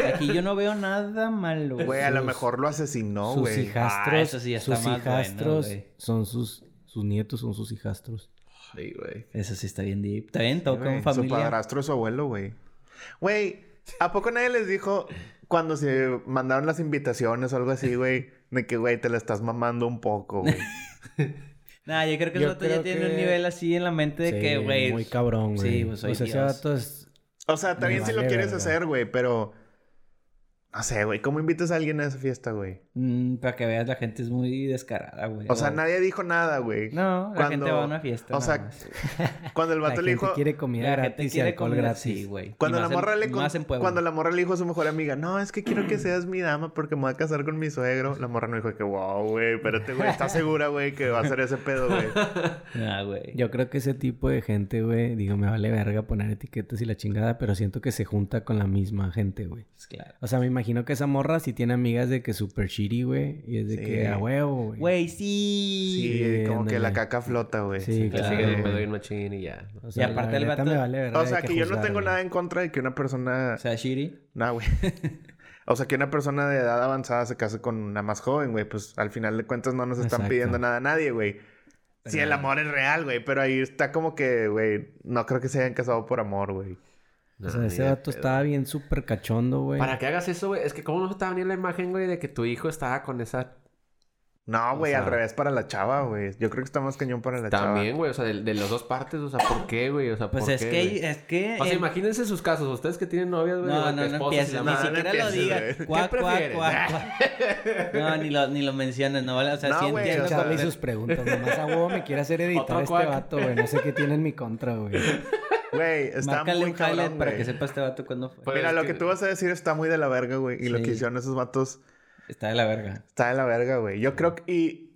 D: Aquí yo no veo nada malo.
B: Güey, a lo
D: Sus-
B: mejor lo asesinó,
A: sus
B: güey.
A: hijastros,
D: Ah, eso sí ya está
A: sus
D: más bueno,
A: hijastros
D: güey.
A: son sus, sus nietos son sus hijastros.
C: Sí, güey.
D: Eso sí está bien deep. Está bien, todo
B: Güey,
D: con
B: Su
D: familia.
B: padrastro es su abuelo, güey. Güey, ¿a poco nadie les dijo cuando se mandaron las invitaciones o algo así, güey? De que, güey, te la estás mamando un poco, güey.
D: Nah, yo creo que
A: Yo
D: el vato ya
A: creo
D: tiene
A: que-
D: un nivel así en la mente de
A: Sí,
D: que, güey.
A: Muy cabrón, güey.
D: Sí, pues, soy
A: o sea, ese
D: Dios.
A: vato es...
B: O sea, también si lo
A: vale
B: quieres
A: verga.
B: hacer, güey, pero... No sé, güey. ¿Cómo invitas a alguien a esa fiesta, güey?
D: mm, para que veas, la gente es muy descarada, güey.
B: O sea, nadie dijo nada, güey.
D: No, la
B: Cuando-
D: gente va a una fiesta.
B: O
D: nada
B: sea,
D: más.
B: cuando el
A: La
B: vato
A: gente
B: le dijo...
A: quiere comida
D: La gente
A: gratis y
D: quiere
A: alcohol
D: comer-
A: gratis.
D: Sí, güey. Y
B: Cuando la,
D: más en-
B: morra le con-
D: Más en Puebla.
B: cuando la morra le dijo a su mejor amiga, no, es que quiero que seas mi dama porque me voy a casar con mi suegro. La morra no dijo que, wow, güey, espérate, güey, ¿estás segura, güey, que va a ser ese pedo, güey?
D: Nah, güey.
A: Yo creo que ese tipo de gente, güey, digo, me vale verga poner etiquetas y la chingada, pero siento que se junta con la misma gente, güey.
D: Pues, claro.
A: O sea, me imagino que esa morra sí tiene amigas de que super shitty, güey, y es de
B: Sí.
A: que a huevo, güey.
D: Güey, sí.
B: Sí,
A: Sí,
B: como que la
A: ándale.
B: caca flota, güey.
A: Sí,
C: Que
A: claro.
C: sigue de
A: güey.
C: pedo bien machín y ya.
A: O sea,
D: Y aparte
A: la
D: el
A: neta
D: vato-
A: me vale verga
B: O sea,
A: de
B: que, yo no
A: juzgar,
B: tengo
A: güey.
B: nada en contra de que una persona...
D: O sea, Shiri.
B: Nah, güey. O sea, que una persona de edad avanzada se case con una más joven, güey. Pues al final de cuentas no nos están
A: Exacto.
B: pidiendo nada a nadie, güey. Si el amor es real, güey. Pero ahí está como que, güey, no creo que se hayan casado por amor, güey.
A: O sea, ese
C: dato
A: vato estaba bien súper cachondo, güey.
C: Para que hagas eso, güey. Es que cómo no estaba bien la imagen, güey, de que tu hijo estaba con esa...
B: No, güey, al
C: sea-
B: revés para la chava, güey. Yo creo que está más cañón para la chava.
C: También, güey. O sea, de, de las dos partes. O sea, ¿por qué, güey? O sea,
D: Pues
C: ¿por
D: es
C: qué,
D: que,
C: güey?
D: es que.
C: O sea,
D: el-
C: imagínense sus casos. Ustedes que tienen novias, güey.
D: No,
C: o
D: no, no
C: esposas y la
D: empieces, ni
C: madre.
B: madre.
D: siquiera
B: No,
D: lo
B: no
D: digas.
B: empieces, güey.
D: Cuac,
C: ¿Qué
D: cuac,
C: prefieres?
D: cuac, cuac. No, ni lo, ni lo menciones, no vale. O sea,
B: No,
D: sí
B: güey,
D: entiendo.
B: o sea,
A: Charlie
D: cuando-
A: y sus preguntas. Nomás a huevo me quiere hacer
C: Otro
A: editar este
C: cuac.
A: vato, güey. No sé qué tiene en mi contra, güey.
B: Güey, está
D: Márcale
B: muy
D: un highlight
B: cabrón,
D: para
B: güey.
D: que sepa este vato cuándo fue.
C: Pues-
B: Mira,
C: es
B: lo
C: que-
B: que tú vas a decir está muy de la verga, güey. Y lo que
D: Sí.
B: hicieron esos vatos
D: Está de la verga.
B: está de la verga, güey. Yo creo que... Y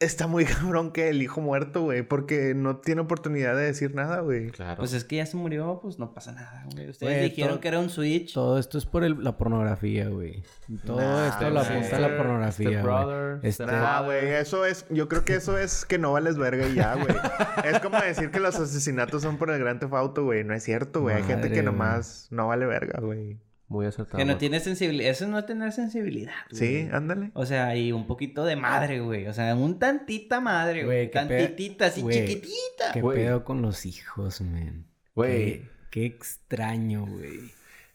B: está muy cabrón que el hijo muerto, güey. Porque no tiene oportunidad de decir nada, güey.
C: Claro.
D: Pues es que ya se murió, pues no pasa nada, güey. Ustedes
A: Güey,
D: dijeron
A: todo-
D: que era un Switch.
A: Todo esto es por el- la pornografía, güey. Todo
B: Nah,
A: esto lo
B: güey.
A: apunta a
D: Este
A: la pornografía, güey. Este-
B: Nah, güey, eso es, yo creo que eso es que no vales verga y ya, güey. es como decir que los asesinatos son por el gran tefauto, güey. No es cierto, güey. Hay gente
A: Madre,
B: que
A: güey.
B: nomás no vale verga, güey.
C: Muy acertado.
D: Que no
C: güey.
D: tiene sensibilidad. Eso es no tener sensibilidad. güey.
B: Sí, ándale.
D: O sea, y un poquito de madre, güey. O sea, un tantita madre,
A: Güey,
D: güey.
A: qué pe-
D: Tantitita, así
A: güey.
D: chiquitita.
A: ¿Qué
C: güey.
A: pedo con los hijos, man?
C: Güey.
A: Qué, qué extraño, güey.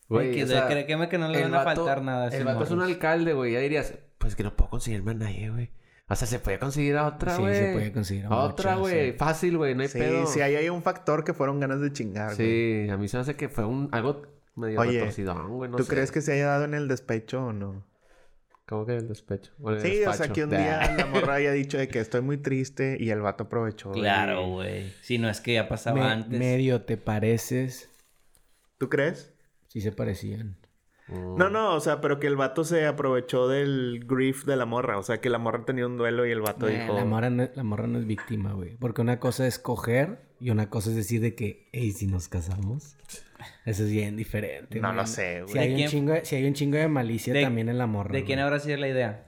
C: Güey,
D: que,
C: o sea,
D: créeme que no le
C: el
D: van a
C: vato-
D: faltar nada. a
C: El
D: esos
C: vato es un
D: morros.
C: alcalde, güey. Ya dirías, pues que no puedo conseguirme a nadie, güey. O sea, se puede conseguir a otra,
A: Sí,
C: güey.
A: se puede conseguir a
C: a otra,
A: muchas,
C: güey.
A: sí.
C: Fácil, güey. No hay
B: sí,
C: pedo.
B: sí, ahí hay un factor que fueron ganas de chingar, güey.
C: Sí, a mí se me hace que fue un algo medio
B: Oye,
C: retorcidón, güey. No
B: ¿Tú
C: sé.
B: crees que se haya dado en el despecho o no?
C: ¿Cómo que el despecho? O el
B: Sí, o sea,
C: despacho. Ah,
B: que un día la morra haya dicho de que estoy muy triste y el vato aprovechó. güey.
D: Claro, güey. Si no es que ya pasaba
A: Me-
D: antes.
A: medio te pareces.
B: ¿Tú crees?
A: Sí se parecían.
C: Mm.
B: No, no, o sea, pero que el vato se aprovechó del grief de la morra. O sea, que la morra tenía un duelo y el vato
A: Nah,
B: dijo...
A: La morra, no, la morra no es víctima, güey. Porque una cosa es coger y una cosa es decir de que, hey, si nos casamos. Eso es bien diferente.
B: No
A: güey.
B: lo sé, güey.
A: Si hay,
D: ¿De
A: un
D: quién-
A: chingo de, si hay un chingo de malicia
D: de-
A: también en la morra.
D: ¿De quién
A: güey.
D: habrá sido la idea?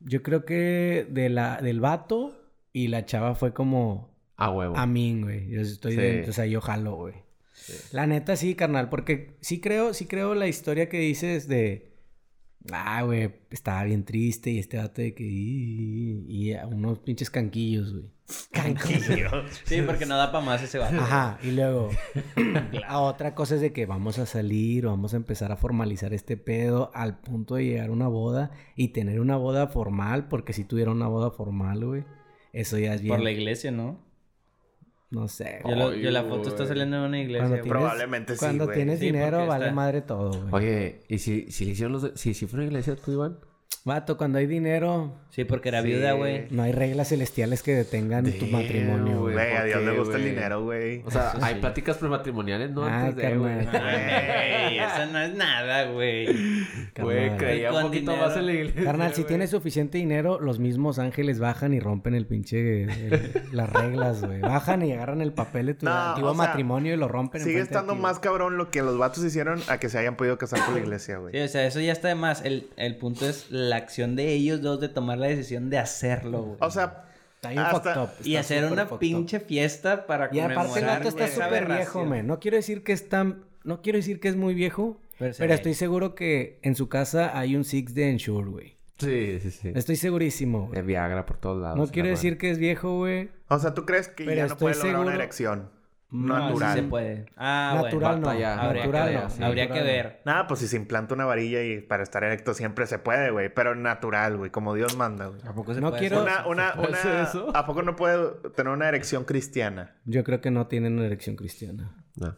A: Yo creo que de la, del vato y la chava fue como
C: A huevo.
A: a mí, güey. Yo estoy
C: Sí.
A: dentro, o sea, yo jalo, güey. La neta sí, carnal, porque sí creo, sí creo la historia que dices de. Ah, güey, estaba bien triste y este vato de que. "Ih", Y, a unos pinches canquillos, güey.
B: Tranquilos.
D: Sí, porque no da para más ese vato.
A: Ajá, y luego. a otra cosa es de que vamos a salir o vamos a empezar a formalizar este pedo al punto de llegar a una boda y tener una boda formal, porque si tuviera una boda formal, güey. Eso ya es bien.
D: Por la iglesia, ¿no?
A: No sé.
D: Yo, lo-
C: Ay,
D: yo la foto está
C: güey.
D: saliendo de una iglesia.
A: Cuando
D: güey.
A: tienes-
B: Probablemente sí,
A: Cuando
B: güey.
A: tienes
D: Sí,
A: dinero,
D: porque
A: vale
D: está-
A: madre todo, güey.
C: Oye, ¿y si, si le hicieron los... de- Si, si fue una iglesia tú, Iván?
A: Vato, cuando hay dinero,
D: Sí, porque era
B: Sí.
D: viuda, güey.
A: no hay reglas celestiales que detengan tu
C: Damn,
A: matrimonio, güey.
B: Güey, a
C: ¿por
B: Dios le
C: qué,
B: gusta el
C: güey?
B: dinero, güey.
C: O sea,
D: Eso
C: hay
D: sí.
C: pláticas prematrimoniales, ¿no?
A: Ah,
C: Antes de, güey.
A: carnal.
D: Ey, eso no es nada, güey.
C: Güey,
A: Carnal.
C: creía un
D: Con
C: poquito
D: dinero.
C: más en la iglesia.
A: Carnal, si
C: güey.
A: tienes suficiente dinero, los mismos ángeles bajan y rompen el pinche... el- las reglas, güey. Bajan y agarran el papel de tu
B: No,
A: antiguo
B: o sea,
A: matrimonio y lo rompen.
B: Sigue
A: enfrente de
B: estando
A: ti,
B: más cabrón lo que los vatos hicieron a que se hayan podido casar con la iglesia,
D: Sí,
B: güey.
D: o sea, eso ya está de más. El, el punto es la acción de ellos dos de tomar la decisión de hacerlo, güey.
B: O sea,
A: güey. Está bien
B: Hasta-
A: fucked up,
D: y
A: está
D: hacer
A: súper
D: una
A: fucked up.
D: pinche fiesta para
A: Y aparte el
D: conmemorar,
A: vato está
D: güey, esa
A: súper viejo,
D: aberración.
A: men. No quiero decir que es tan... No quiero decir que es muy viejo,
D: Pero
A: pero,
D: se ve.
A: estoy seguro que en su casa hay un Six de Ensure, güey.
C: Sí, sí, sí.
A: Estoy segurísimo, güey.
C: Es Viagra por todos lados.
A: No
C: la
A: quiero
C: madre.
A: decir que es viejo, güey.
B: o sea, ¿tú crees que
A: Pero
B: ya no
A: estoy
B: puede lograr una
A: seguro-
B: erección?
A: No,
D: No,
B: natural.
D: sí se puede. Ah,
A: natural no.
C: batalla,
D: Habría
A: natural
D: que
A: no.
D: ver,
A: natural
D: habría que
A: no.
D: ver.
B: Nada, pues si se implanta una varilla y para estar erecto siempre se puede, güey. Pero natural, güey, como Dios manda, güey.
D: ¿A poco se
A: No
D: puede
A: quiero-
B: Una,
D: hacer?
B: una,
C: puede hacer
B: una-
C: eso?
B: ¿A poco no puede tener una erección cristiana?
A: Yo creo que no tienen una erección cristiana.
C: No.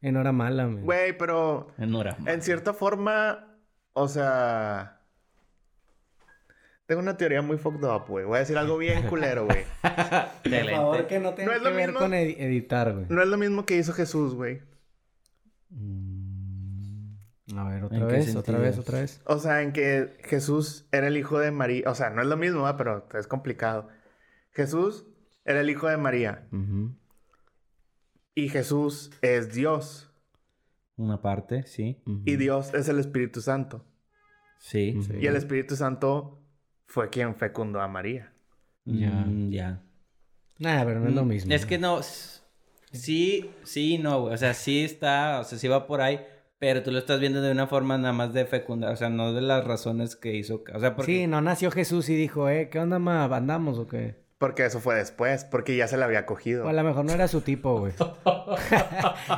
A: En hora mala, men.
B: Güey, pero
D: En hora.
B: en cierta forma, o sea. Tengo una teoría muy fucked up, güey. Voy a decir algo bien culero, güey.
A: Por favor, que no tenga
B: No es
A: que
B: lo
A: ver
B: mismo.
A: con edi- editar, güey.
B: No es lo mismo que hizo Jesús, güey.
A: A ver,
D: ¿En
A: otra
D: qué
A: vez, otra
D: sentido?
A: vez, otra vez.
B: O sea, en que Jesús era el hijo de María. O sea, no es lo mismo, ¿va? pero es complicado. Jesús era el hijo de María.
A: Ujú.
B: Y Jesús es Dios.
D: Una parte, sí.
B: Y Dios es el Espíritu Santo.
D: Sí.
A: Sí.
B: Y el Espíritu Santo fue quien fecundó a María.
A: Ya.
D: Mm, ya.
A: Nah, pero no es lo mismo.
D: Mm, Es que no. s- Sí, sí, y no, güey. O sea, sí está, o sea, sí va por ahí. Pero tú lo estás viendo de una forma nada más de fecundar. O sea, no de las razones que hizo. O sea, porque.
A: Sí, no nació Jesús y dijo, eh, ¿qué onda, ma? ¿Andamos o qué?
B: Porque eso fue después, porque ya se la había cogido.
A: O a lo mejor no era su tipo, güey.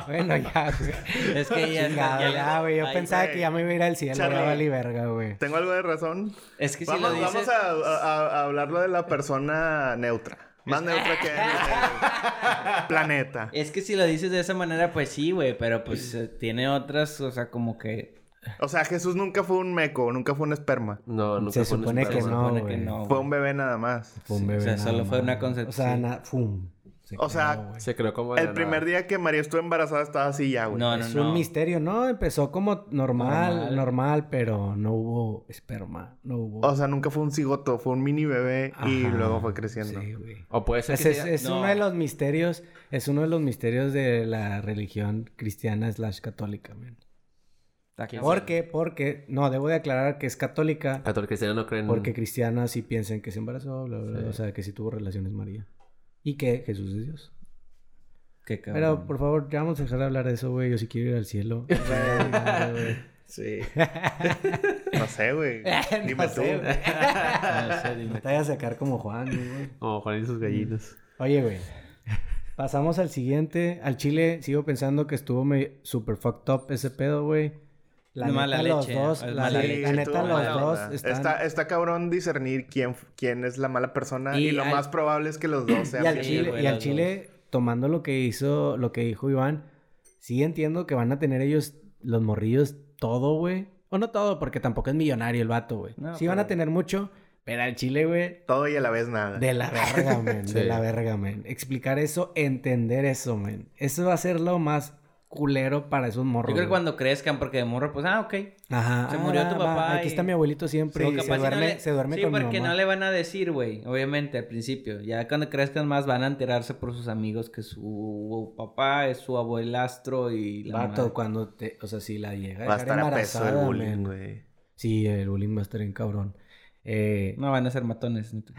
A: bueno, ya, güey.
D: Es que ya, está-
A: Chingado,
D: ya-
A: ya, güey. Yo
D: ahí-
A: pensaba
B: güey.
A: que ya me iba a ir al cielo,
B: Charlie.
A: ya vale verga, güey.
B: ¿Tengo algo de razón?
D: Es que si
B: vamos
D: lo dices.
B: vamos a, a- a hablarlo de la persona neutra. Más neutra que el planeta.
D: Es que si lo dices de esa manera, pues sí, güey. Pero pues eh, tiene otras, o sea, como que.
B: O sea, Jesús nunca fue un meco, nunca fue un esperma.
C: No, nunca
A: Se
C: fue un
A: supone que
C: esperma.
A: No,
D: supone
A: güey.
D: que no.
B: Fue
D: güey.
B: un bebé nada más.
A: Fue un
D: Sí, o
A: bebé
D: sea,
A: nada
D: solo fue
A: más.
D: una concepción.
A: O sea, na- fum. Se
B: O sea,
A: quedó, güey.
C: Se creó como... de
B: El
C: la
B: primer
C: nada.
B: día que María estuvo embarazada estaba así ya, güey.
D: No, no,
A: es
D: no.
A: un misterio, ¿no? Empezó como normal,
D: Normal.
A: normal, pero no hubo esperma, no hubo...
B: O sea, nunca fue un cigoto, fue un mini bebé y
A: Ajá,
B: luego fue creciendo.
A: Sí, güey.
C: O puede ser
A: Es,
C: que
A: es-
C: sea-
A: es
D: No.
A: uno de los misterios, es uno de los misterios de la religión cristiana slash católica, man.
D: Está cabrón.
A: ¿Por qué? Porque, no, debo de aclarar que es católica,
C: Católico cristiano no creen...
A: porque cristiana sí piensan que se embarazó, bla, bla, bla,
C: Sí.
A: o sea, que sí tuvo relaciones María. Y que Jesús es Dios.
D: Qué cabrón.
A: Pero, por favor, ya vamos a dejar de hablar de eso, güey. Yo sí quiero ir al cielo.
C: Sí.
B: No sé, güey. Dime
A: No
B: tú.
A: sé, güey.
D: No sé, dime.
A: No te vayas a sacar como Juan, güey.
C: Como Oh, Juan y sus gallinas.
A: Oye, güey. Pasamos al siguiente. Al Chile sigo pensando que estuvo me super fucked up ese pedo, güey. La
D: Mala
A: neta, los
D: leche,
A: dos.
D: es
A: La,
D: mala
A: la
D: leche,
A: neta,
B: tú,
A: los
B: mala
A: dos
B: onda.
A: están...
B: Está, está cabrón discernir quién, quién es la mala persona y,
D: Y
B: lo
D: al-
B: más probable es que los dos sean
A: Y al
B: bien.
D: Sí,
A: Chile,
D: güey,
A: y al
D: los
A: Chile tomando lo que hizo, lo que dijo Iván, sí entiendo que van a tener ellos los morrillos todo, güey. O no todo, porque tampoco es millonario el vato, güey.
D: No,
A: sí van a
D: pero-
A: tener mucho, pero al Chile, güey,
B: Todo y a la vez nada.
A: De la verga, men. De
C: Sí.
A: la verga, men. Explicar eso, entender eso, men. Eso va a ser lo más culero para esos morros.
D: Yo creo que
A: güey.
D: cuando crezcan, porque de morro, pues, ah, ok.
A: Ajá.
D: se
A: ah,
D: murió
A: va,
D: tu
A: va,
D: papá
A: Aquí
D: y-
A: está mi abuelito siempre
D: O
A: y
D: capaz
A: se
D: y no
A: duerme,
D: le-
A: se duerme
D: sí,
A: con mi
D: porque
A: mamá.
D: no le van a decir, güey. Obviamente, al principio. Ya cuando crezcan más van a enterarse por sus amigos que su papá es su abuelastro y la
A: Vato,
D: madre.
A: cuando te... O sea, si la llega
B: Va a
A: dejar
B: estar a peso el
A: embarazada,
B: bullying,
A: men.
B: güey.
A: Sí, el bullying va a estar en cabrón. Eh,
D: No van a ser matones. no te-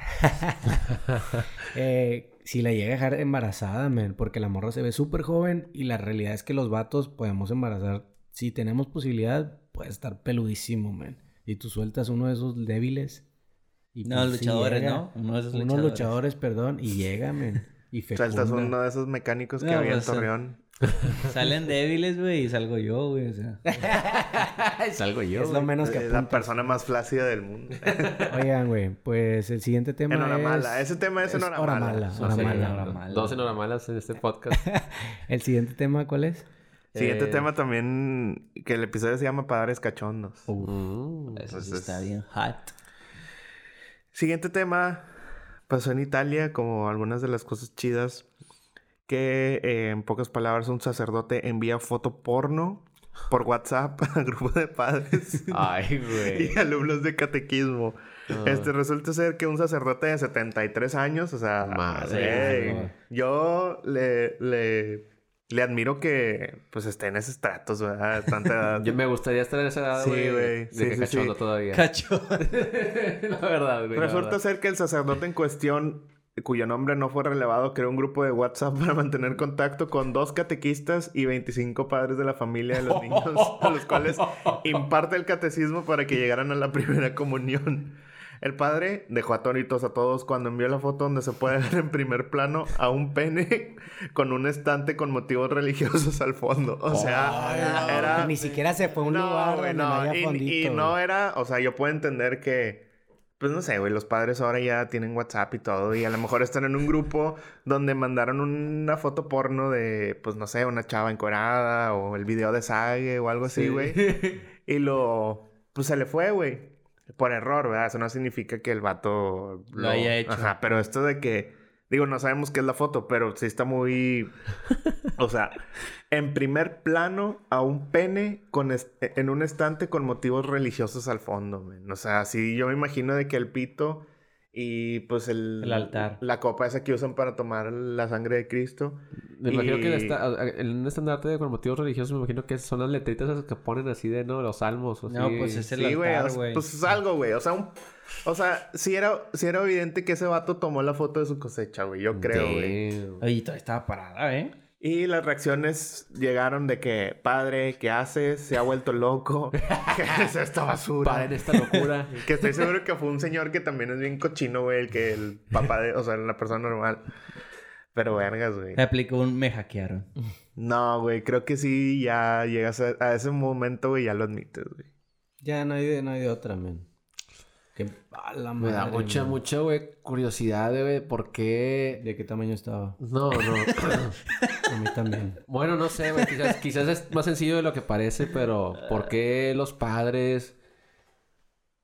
A: eh, si la llega a dejar embarazada, men. Porque la morra se ve súper joven y la realidad es que los vatos podemos embarazar. Si tenemos posibilidad, puede estar peludísimo, men. Y tú sueltas uno de esos débiles... y
D: No,
A: pues sí
D: luchadores,
A: llega.
D: ¿no? Uno de esos
A: Unos luchadores, perdón, y llega, men. Y fecunda.
B: Sueltas uno de esos mecánicos que
D: No,
B: había en
D: pues, son-
B: Torreón.
D: Salen débiles, güey, y salgo yo, güey. O sea,
C: Salgo yo.
A: Es lo menos que
B: Es eh, la
A: apuntas.
B: persona más flácida del mundo.
A: Oigan, güey, pues el siguiente tema
B: En hora
A: es...
B: mala. Ese tema es en hora
A: hora
B: mala.
A: mala,
B: No
A: hora
C: sé,
A: mala,
C: no,
A: hora
C: no.
A: mala.
C: Dos enhoramalas en este podcast.
A: ¿El siguiente tema cuál es?
B: Siguiente
C: Eh,
B: tema también, que el episodio se llama Padres Cachondos.
C: Mm.
D: eso sí
B: Entonces-
D: está bien hot.
B: Siguiente tema, pasó en Italia, como algunas de las cosas chidas, que eh, en pocas palabras un sacerdote envía foto porno por WhatsApp al grupo de padres.
C: Ay, güey. Ah.
B: y alumnos de catequismo. Este resulta ser que un sacerdote de 73 años, o sea,
C: Madre,
B: ey,
C: güey.
B: yo le, le, le admiro que pues esté en ese estratos, ¿verdad? De Tanta edad.
C: Yo me gustaría estar en esa edad,
B: Sí,
C: güey.
B: güey.
C: De
B: Sí,
C: que
B: sí,
C: cachondo
B: sí.
C: todavía.
D: Cacho.
C: la verdad, güey. la
B: Resulta
C: verdad.
B: ser que el sacerdote en cuestión, cuyo nombre no fue relevado, creó un grupo de WhatsApp para mantener contacto con dos catequistas y 25 padres de la familia de los niños, a los cuales imparte el catecismo para que llegaran a la primera comunión. El padre dejó atónitos a todos cuando envió la foto donde se puede ver en primer plano a un pene con un estante con motivos religiosos al fondo. O sea, era
A: Ni siquiera se fue a un lugar
B: güey,
A: donde no haya
B: y-
A: fondito,
B: Y,
A: güey.
B: no era, o sea, yo puedo entender que, pues no sé, güey, los padres ahora ya tienen WhatsApp y todo, y a lo mejor están en un grupo donde mandaron una foto porno de, pues no sé, una chava encorada o el video de Sage o algo así, güey. Pues Y lo, pues se le fue, güey. Por error, ¿verdad? Eso no significa que el vato
D: Lo haya hecho.
B: Ajá, pero esto de que, digo, no sabemos qué es la foto, pero sí está muy... o sea, en primer plano a un pene con est- en un estante con motivos religiosos al fondo, men. O sea, sí, yo me imagino de que el pito y pues el...
D: El altar.
B: La copa esa que usan para tomar la sangre de Cristo.
C: Me imagino que en,
B: y-
C: esta, en un estandarte de con motivos religiosos, me imagino que son las letritas esas que ponen así de, ¿no? Los salmos. o
D: No,
C: así.
D: pues es el
B: Sí, güey. o
D: altar,
B: sea,
D: güey.
B: Pues es algo, güey. O sea, un- o sea sí, era, sí era evidente que ese vato tomó la foto de su cosecha, güey. Yo creo, güey.
C: Damn.
D: Oye, todavía estaba parada, ¿eh?
B: Y las reacciones llegaron de que, padre, ¿qué haces? Se ha vuelto loco. ¿Qué es esta basura?
C: Paren esta locura.
B: Que estoy seguro que fue un señor que también es bien cochino, güey. El que el papá de... O sea, la persona normal. Pero vergas, güey.
D: Me aplicó un me hackearon.
B: No, güey. Creo que sí ya llegas a, a ese momento, güey. Ya lo admites, güey.
A: Ya no hay de, no hay de otra, man. Que... a la
C: Me da
A: madre,
C: mucha,
A: man.
C: mucha, güey, curiosidad, güey, por qué...
A: ¿De qué tamaño estaba?
C: No, no.
A: A mí también.
C: Bueno, no sé, güey. Quizás, quizás es más sencillo de lo que parece, pero ¿por qué los padres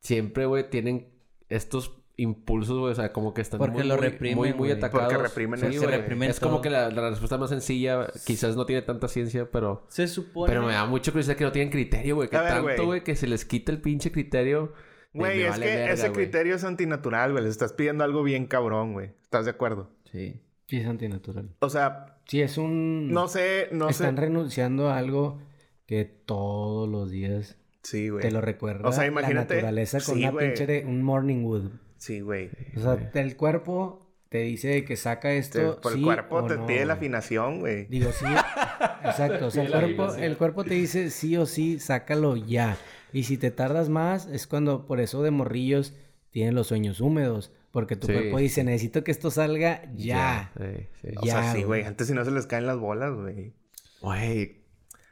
C: siempre, güey, tienen estos impulsos, güey? O sea, como que están
D: Porque
C: muy,
D: lo
C: muy-
D: reprimen,
C: muy, muy
D: güey.
C: atacados.
B: Porque reprimen
C: Sí,
B: eso,
C: güey.
B: güey.
D: reprimen
C: Es como
D: todo.
C: que la, la respuesta más sencilla, quizás no tiene tanta ciencia, pero...
D: Se supone.
C: Pero me da mucho curiosidad que no tienen criterio, güey. Que
B: A ver,
C: tanto,
B: güey.
C: güey, que se les quita el pinche criterio. y
B: Güey,
C: me
B: es
C: vale
B: que
C: verga,
B: ese
C: güey.
B: criterio es antinatural, güey. Les estás pidiendo algo bien cabrón, güey. ¿Estás de acuerdo?
D: Sí.
A: Sí, es antinatural.
B: O sea,
A: Sí, es un...
B: no sé, no
A: Mm. Están
B: sé.
A: renunciando a algo que todos los días
B: Sí, güey.
A: te lo recuerda
B: O sea,
A: la
B: imagínate-
A: naturaleza con
B: sí,
A: una
B: güey.
A: pinche de un morning wood.
B: Sí, güey.
A: O sea, el cuerpo te dice que saca
B: Te-
A: esto.
B: por el
A: sí
B: cuerpo
A: o
B: te
A: no,
B: pide la
A: güey.
B: afinación, güey.
A: Digo, sí. Exacto. O sea, el
C: Pide la
A: cuerpo,
C: afinación.
A: el cuerpo te dice sí o sí, sácalo ya. Y si te tardas más, es cuando por eso de morrillos tienen los sueños húmedos. Porque tu
C: Sí.
A: cuerpo dice, necesito que esto salga ya.
C: Sí, sí.
B: O
A: Ah. Ya,
B: sea, sí,
A: güey.
B: güey. Antes si no se les caen las bolas, güey.
C: Güey,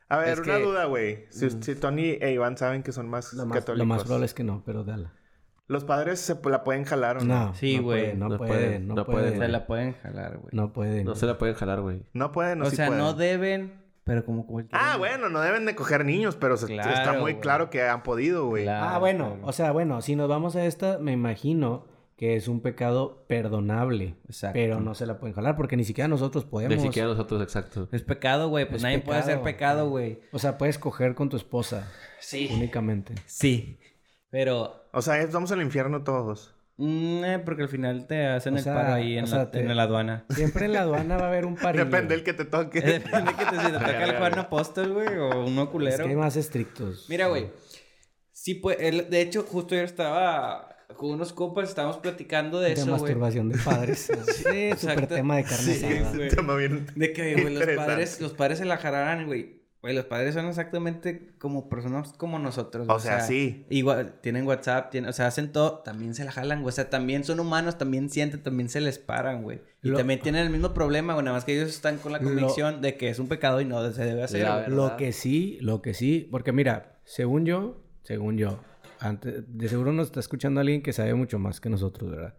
B: A ver,
C: Es
B: una
C: que-
B: duda, güey. Si, si Tony e Iván saben que son más
A: mm. Lo más,
B: católicos.
A: lo más probable es que no, pero dala.
B: ¿Los padres se p- la pueden jalar o no?
A: No.
D: Sí,
A: no
D: güey,
A: puede, No
C: no
A: puede,
C: pueden,
A: no
C: no
A: puede.
C: pueden.
D: Se la pueden jalar, güey.
A: No puede.
C: no se la pueden jalar, güey.
B: No pueden o,
D: o
B: sí
D: sea,
B: pueden.
D: no deben, pero como cualquier.
B: Ah, bueno, no deben de coger niños, pero se-
D: Claro,
B: está muy
D: güey.
B: claro que han podido, güey.
D: Claro.
A: Ah, bueno,
D: claro.
A: o sea, bueno, si nos vamos a esta, me imagino que es un pecado perdonable.
D: Exacto.
A: Pero no se la pueden jalar porque ni siquiera nosotros podemos.
C: Ni siquiera nosotros, exacto.
D: Es pecado, güey. Pues
A: Es
D: nadie puede hacer
A: pecado.
D: pecado, güey.
A: O sea, puedes coger con tu esposa
D: Sí.
A: únicamente.
D: Sí. Pero.
B: O sea, estamos en el infierno todos.
D: mm, eh, porque al final te hacen
A: O
D: el
A: sea,
D: paro ahí
A: o
D: en,
A: sea,
D: la,
A: te-
D: en la aduana.
A: Siempre en la aduana va a haber un parillo.
B: Depende el que te toque.
D: Depende que te, si te toca el Juan Apóstol, güey, o uno
A: Es que
D: culero.
A: hay más estrictos.
D: Mira, güey. Sí, pues, el- de hecho, justo yo estaba con unos compas, estábamos platicando de,
A: De
D: eso, güey.
A: masturbación de padres. sí,
D: exacto.
A: súper tema de carne
D: Sí,
A: asada.
D: güey.
B: Tema bien
D: De que, güey, los
B: Interesante.
D: padres, los padres se la jalaran, güey. Güey, los padres son exactamente como personas como nosotros.
B: O sea, sí.
D: Igual, tienen WhatsApp, tienen, o sea, hacen todo, también se la jalan, güey. O sea, también son humanos, también sienten, también se les paran, güey. Y
A: Lo-
D: también tienen el mismo problema, güey. Nada más que ellos están con la
A: Lo-
D: convicción de que es un pecado y no se debe hacer.
C: La
D: güey.
A: Lo
C: ¿verdad?
A: que sí, lo que sí, porque mira, según yo, según yo, antes, de seguro nos está escuchando alguien que sabe mucho más que nosotros, ¿verdad?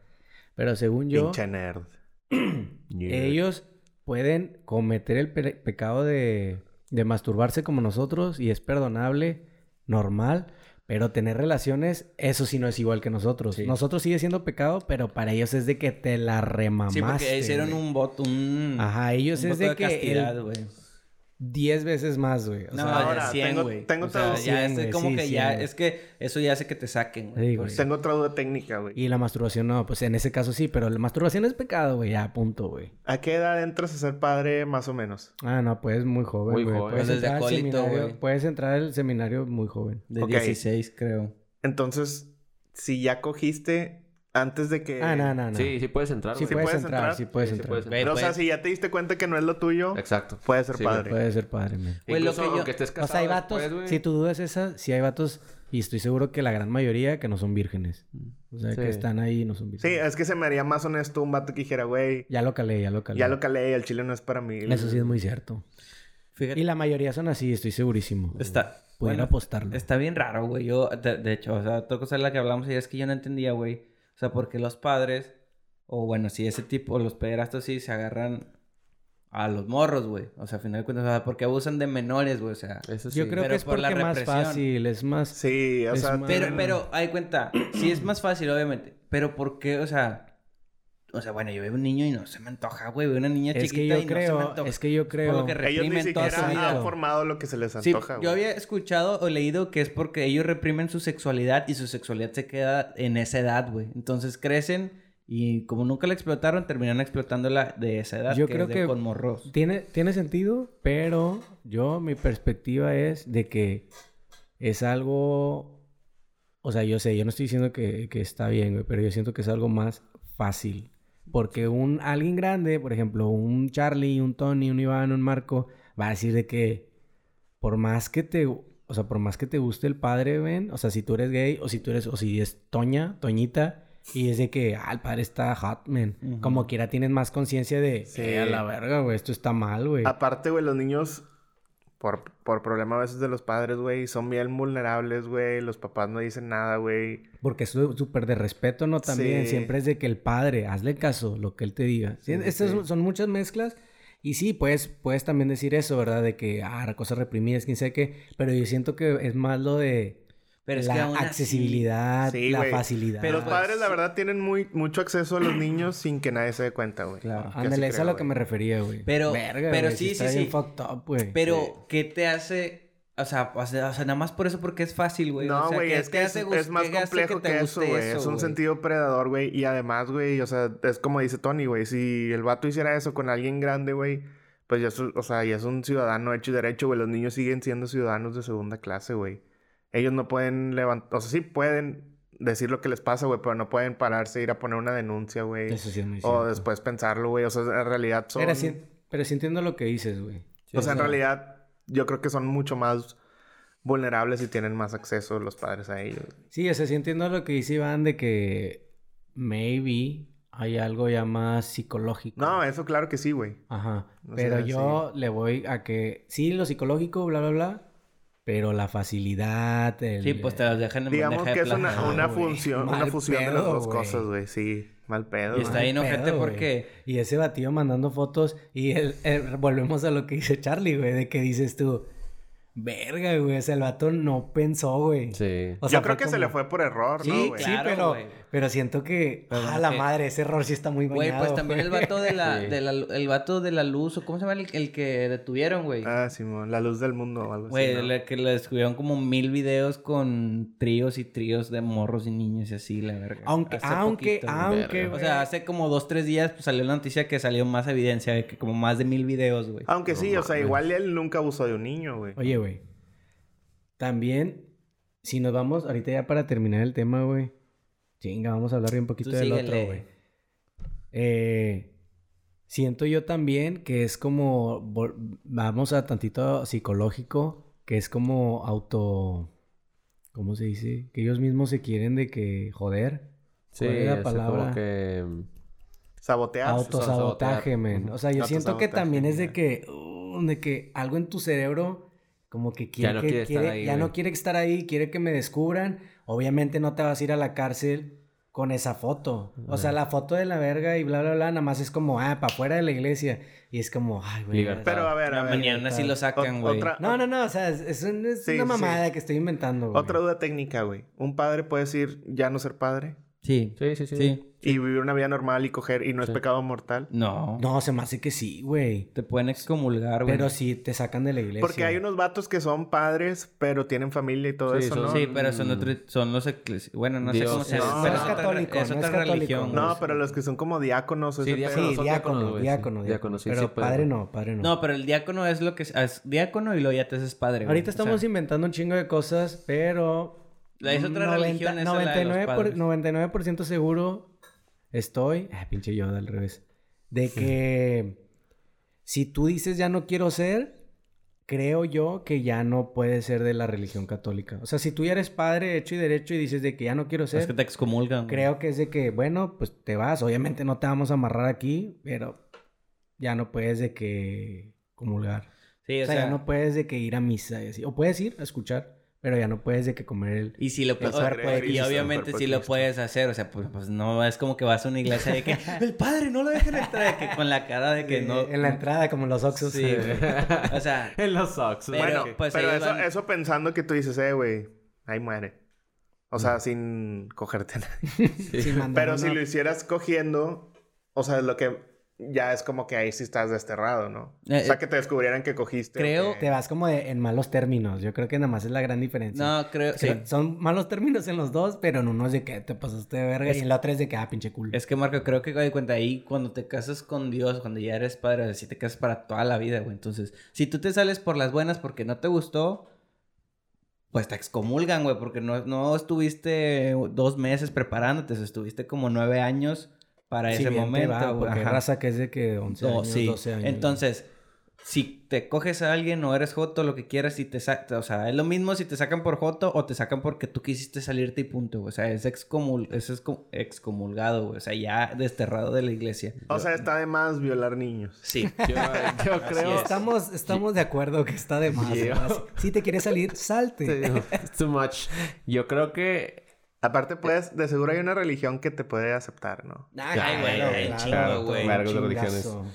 A: Pero según yo,
B: Pinche nerd.
D: ¿eh?
A: ellos pueden cometer el pe- pecado de, de masturbarse como nosotros y es perdonable, normal, pero tener relaciones, eso sí no es igual que nosotros.
C: Sí.
A: Nosotros sigue siendo pecado, pero para ellos es de que te la remamaste.
D: Sí, porque hicieron
A: güey.
D: un voto, un.
A: Ajá, ellos
D: un
A: es
D: voto
A: de,
D: de
A: que
D: castidad,
A: el
D: güey.
A: 10 veces más, güey. O
D: No,
A: sea,
B: ahora,
D: ya 100,
B: tengo-
D: güey.
B: tengo
D: o sea,
B: todo
D: ya
A: 100,
D: es
A: güey,
D: como
A: sí,
D: que
A: 100,
D: ya,
A: güey.
D: es que eso ya hace que te saquen, güey.
A: Sí,
D: por
A: güey.
D: si-
B: Tengo otra duda técnica, güey.
A: Y la masturbación no, pues en ese caso sí, pero la masturbación es pecado, güey, ya, punto, güey.
B: ¿A qué edad entras a ser padre más o menos?
A: Ah, no, pues muy joven,
C: Muy
A: güey.
C: joven.
A: Puedes,
D: Desde
A: entrar al
D: acólito,
A: seminario-
D: güey.
A: puedes entrar al seminario muy joven.
D: De
B: Ok.
D: 16, creo.
B: Entonces, si ya cogiste antes de que...
A: Ah, no, no, no.
C: Sí, sí puedes entrar,
A: Sí
C: güey.
A: puedes,
B: puedes
A: entrar,
B: entrar?
A: sí puedes
C: Sí, sí
A: entrar.
C: puedes
D: Güey,
B: Pero, o sea,
D: puede-
B: si ya te diste cuenta que no es lo tuyo,
C: Exacto.
B: puede ser
C: Sí, güey.
B: padre.
A: Puede ser padre, man.
D: Güey, lo
C: Incluso
D: que yo-
C: aunque estés
A: O
C: casado
A: sea, hay vatos,
C: después, güey.
A: si tu duda es esa, sí hay vatos, y estoy seguro que la gran mayoría que no son vírgenes. O sea,
C: Sí.
A: que están ahí y no son
B: Sí,
A: vírgenes.
B: es que se me haría más honesto un vato que dijera, güey,
A: Ya lo calé, ya lo calé.
B: ya lo calé, el chile no es para mí.
A: Eso sí es muy cierto.
D: Fíjate.
A: Y la mayoría son así, estoy segurísimo.
D: Pues, Está.
A: Pudiera
D: bueno,
A: apostarlo.
D: Está bien raro, güey. Yo, de, de hecho, o sea, otra cosa de la que hablamos ayer es que yo no entendía, güey. O sea, porque los padres, o bueno, si ese tipo, los pederastos sí se agarran a los morros, güey. O sea, al final de cuentas, o sea, porque abusan de menores, güey. O sea,
C: Eso sí.
A: Yo creo
D: Pero
A: que es
D: por
A: porque
D: la
A: más
D: represión.
A: fácil, es más...
B: Sí, o
A: Es
B: sea...
A: más-
D: Pero,
B: tienen-
D: pero, hay cuenta, sí es más fácil, obviamente. Pero, ¿por qué? O sea, o sea, bueno, yo veo un niño y no se me antoja, güey. Veo una niña
A: Es que
D: chiquita
A: yo
D: y no se me
A: creo,
D: antoja.
A: es que yo
D: por
A: creo...
D: lo que
B: Ellos ni
D: reprimen toda su
B: siquiera
D: vida.
B: han formado lo que se les
D: Sí,
B: antoja, güey.
D: yo había escuchado o leído que es porque ellos reprimen su sexualidad y su sexualidad se queda en esa edad, güey. Entonces crecen y como nunca la explotaron, terminaron explotándola de esa edad.
A: Yo
D: es
A: creo
D: de
A: que-
D: Con morros.
A: Tiene, tiene sentido, pero yo, mi perspectiva es de que es algo. O sea, yo sé, yo no estoy diciendo que, que está bien, güey, pero yo siento que es algo más fácil. Porque un alguien grande, por ejemplo, un Charlie, un Tony, un Iván, un Marco, va a decir de que por más que te. O sea, por más que te guste el padre, ven. O sea, si tú eres gay o si tú eres. O si es Toña, Toñita. Y es de que, ah, el padre está hot, man.
D: Ujú.
A: Como quiera tienen más conciencia de,
B: Sí.
A: "Eh, a la verga, güey, esto está mal, güey.
B: Aparte, güey, los niños, por, por problema a veces de los padres, güey, son bien vulnerables, güey. Los papás no dicen nada, güey.
A: Porque es su- súper de respeto, ¿no? También
B: Sí.
A: siempre es de que el padre, hazle caso, lo que él te diga. ¿Sí?
B: Sí, sí,
A: Estas
B: sí.
A: son muchas mezclas. Y sí, pues, puedes también decir eso, ¿verdad? De que, ah, cosas reprimidas, quién sabe qué. Pero yo siento que es más lo de
D: Pero es que
A: la
D: aún así-
A: accesibilidad,
B: Sí,
A: la
B: güey.
A: facilidad.
D: Pero
B: los
D: pues-
B: padres, la verdad, tienen muy, mucho acceso a los niños sin que nadie se dé cuenta, güey.
D: Claro.
B: Yo sí
A: Ah, Ándale, es a
B: creo,
A: lo que
B: güey.
A: me refería, güey.
D: Pero-
A: Verga,
D: pero
A: güey,
D: sí, sí,
A: está bien
D: sí.
A: fucked up, güey.
D: Pero,
B: Sí.
D: ¿qué te hace? O sea, o sea, o sea, nada más por eso porque es fácil, güey.
B: No,
D: o sea,
B: güey,
D: ¿qué
B: es
D: te
B: que es,
D: hace gust-
B: es más
D: qué hace
B: complejo que,
D: te
B: eso,
D: guste
B: güey. Es un
D: güey?
B: sentido predador, güey. Y además, güey, o sea, es como dice Tony, güey. Si el vato hiciera eso con alguien grande, güey, pues ya es, un- o sea, ya es un ciudadano hecho y derecho, güey. Los niños siguen siendo ciudadanos de segunda clase, güey. Ellos no pueden levantar, o sea, sí pueden decir lo que les pasa, güey, pero no pueden pararse, ir a poner una denuncia, güey.
A: Eso sí es muy
B: O
A: cierto.
B: después pensarlo, güey. O sea, en realidad son...
A: Pero sí- pero sí entiendo lo que dices, güey.
C: Sí,
B: o sea, en realidad yo creo que son mucho más vulnerables y tienen más acceso los padres a ellos.
A: Sí, o sea, sí entiendo lo que dice Iván de que maybe hay algo ya más psicológico.
B: No, eso claro que sí, güey.
A: Ajá.
B: O
A: Pero
B: sea,
A: yo le voy a que sí, lo psicológico, bla, bla, bla, pero la facilidad, el...
D: Sí, pues te las dejan en
B: Digamos
D: bandeja
B: que
D: de
B: es una,
D: plata,
B: una
D: güey.
A: güey.
B: función,
A: Mal
B: una fusión de las
A: pedo,
B: dos
A: güey.
B: cosas, güey. Sí, mal pedo.
D: Y está
B: güey.
D: bien
A: Mal
D: ojete
A: pedo, güey.
D: porque-
A: Y ese batido mandando fotos y el- el- volvemos a lo que dice Charlie, güey, de que dices tú, verga, güey, o sea, el vato no pensó, güey.
C: Sí.
A: O sea,
B: yo creo que se le fue por error,
A: Sí,
B: ¿no,
A: sí,
B: güey?
D: claro,
A: pero,
D: güey.
A: pero siento que...
D: Pero
A: ah,
D: no
A: la
D: que-
A: madre, ese error sí está muy
D: Güey,
A: bañado.
D: pues también el
A: güey.
D: vato de la,
C: Sí.
D: de la, el vato de la luz, o cómo se llama el, el que detuvieron, güey.
B: Ah, Simón, la luz del mundo o algo
A: Pues
D: Güey,
B: así. ¿no?
D: la que le descubrieron como mil videos con tríos y tríos de morros y niños y así, la verga.
A: Aunque,
D: Hace
A: aunque,
D: poquito, güey.
A: aunque...
D: O
A: güey.
D: sea, hace como dos, tres días pues, salió la noticia que salió más evidencia de que como más de mil videos, güey.
A: Ah,
B: Aunque sí, o sea, igual él nunca abusó de un niño, güey.
A: Oye, güey. También, si nos vamos, ahorita ya para terminar el tema, güey. Chinga, vamos a hablar un poquito
D: Tú
A: del
D: síguele.
A: otro, güey. Eh, Siento yo también que es como, vol- vamos a tantito psicológico, que es como auto, ¿cómo se dice? Que ellos mismos se quieren de que joder.
C: Sí,
A: ¿Cuál es la
C: ese como
A: palabra?
C: que...
B: Sabotear.
A: Autosabotaje, men. O sea, yo siento que
B: Autosabotaje,
A: también es de
B: ya.
A: que, uh, de que algo en tu cerebro como que quiere
C: no
A: que
C: quiere estar
A: quiere-
C: ahí,
A: ya no
C: güey.
A: quiere estar ahí, quiere que me descubran. Obviamente no te vas a ir a la cárcel con esa foto. O sea, la foto de la verga y bla bla bla, nada más es como, ah, para afuera de la iglesia y es como, ay, güey.
C: Libertad.
B: Pero a ver, a
D: La
B: ver.
D: mañana sí lo sacan,
B: Ot-
D: güey.
B: otra-
A: No, no, no, o sea, es, es un- es
B: Sí,
A: una
B: sí.
A: mamada que estoy inventando, güey.
B: Otra duda técnica, güey. ¿Un padre puede decir ya no ser padre?
D: Sí.
C: Sí, sí, sí.
D: Sí.
B: Y vivir una vida normal y coger y no es pecado mortal.
D: No.
A: No, se me hace que sí, güey.
D: Te pueden excomulgar, güey.
A: Pero sí te sacan de la iglesia.
B: Porque hay unos vatos que son padres, pero tienen familia y todo
C: Sí,
B: eso,
C: son-
B: ¿no?
D: Sí, pero son, otro- son los eclesi- Bueno, no
C: Dios,
D: sé cómo se
C: no,
D: llama.
B: no
D: pero
B: es
D: otra-
A: católico,
D: Es
A: no es
D: otra
A: católico.
D: religión.
B: No,
D: güey.
B: pero los que son como diáconos.
C: Sí,
B: ese
C: diáconos.
B: pedo.
A: Sí,
C: son
A: diácono,
C: diáconos, güey, sí.
A: diácono, diácono.
C: Diácono, sí,
A: Pero
C: son pedos.
A: padre no, padre no.
D: No, pero el diácono es lo que... es- es diácono y luego ya te haces padre, güey.
A: Ahorita
D: O sea,
A: estamos inventando un chingo de cosas, pero...
D: La- es otra religión, esa, la de los
A: 99, por-
D: padres.
A: 99% seguro estoy... Ah, pinche yo, al revés. De que si tú dices ya no quiero ser, creo yo que ya no puede ser de la religión católica. O sea, si tú ya eres padre hecho y derecho y dices de que ya no quiero ser,
D: Es que te excomulgan. güey.
A: creo que es de que, bueno, pues te vas. Obviamente no te vamos a amarrar aquí, pero ya no puedes de que comulgar.
D: Sí,
A: O sea, ya no puedes de que ir a misa y así. O puedes ir a escuchar, pero ya no puedes de que comer el...
D: Y si lo puedes,
B: cuerpo de
D: y
B: Cristo, el
D: obviamente
B: cuerpo
D: si
B: de
D: lo
B: Cristo.
D: puedes hacer, o sea, pues, pues, no es como que vas a una iglesia de que el padre no lo dejan entrar, de que con la cara de que
A: Sí,
D: no.
A: En la entrada, como en los Oxxos.
D: Sí, güey. O sea,
C: En los socks.
D: Pero-
B: Bueno,
D: que-
B: pero,
D: pues ellos
B: eso,
D: van-
B: eso pensando que tú dices, eh, güey, ahí muere. O sea, sin cogerte a nadie.
A: Sin mandar
B: Pero
A: una-
B: si lo hicieras cogiendo, o sea, lo que ya es como que ahí sí estás desterrado, ¿no?
D: Eh,
B: o sea,
D: eh,
B: que te descubrieran que cogiste. o
D: creo-
B: que-
A: Te vas como de- en malos términos. Yo creo que nada más es la gran diferencia.
D: no, creo.
A: Creo-
D: sí.
A: Son malos términos en los dos, pero en uno es de que te pasaste de verga y en la otra es de que, ah, pinche culo.
D: Es que Marco, creo que hay cuenta ahí cuando te casas con Dios, cuando ya eres padre, así te casas para toda la vida, güey. Entonces, si tú te sales por las buenas porque no te gustó, pues te excomulgan, güey, porque no, no estuviste dos meses preparándote, o sea, estuviste como nueve años para
A: Si
D: ese
A: bien te
D: momento,
A: va,
D: güey.
A: porque hay
D: Ajá.
A: raza que es de que 11
D: No,
A: años, 12 años.
D: Entonces, si te coges a alguien o eres joto, lo que quieras, si te sa- o sea, es lo mismo si te sacan por joto o te sacan porque tú quisiste salirte y punto, güey. O sea, es, excomul es exco- excomulgado, güey. O sea, ya desterrado de la iglesia.
B: O sea, está de más violar niños.
D: Sí.
C: Yo, yo creo...
A: Estamos, estamos de acuerdo que está de más.
C: Yo-
A: ¿no? Si te quieres salir, salte.
C: It's too much. Yo creo que...
B: Aparte, pues, de seguro hay una religión que te puede aceptar, ¿no?
D: Ay, güey, hay un chingo, güey.
C: Vergas de religiones.
A: Chingazo.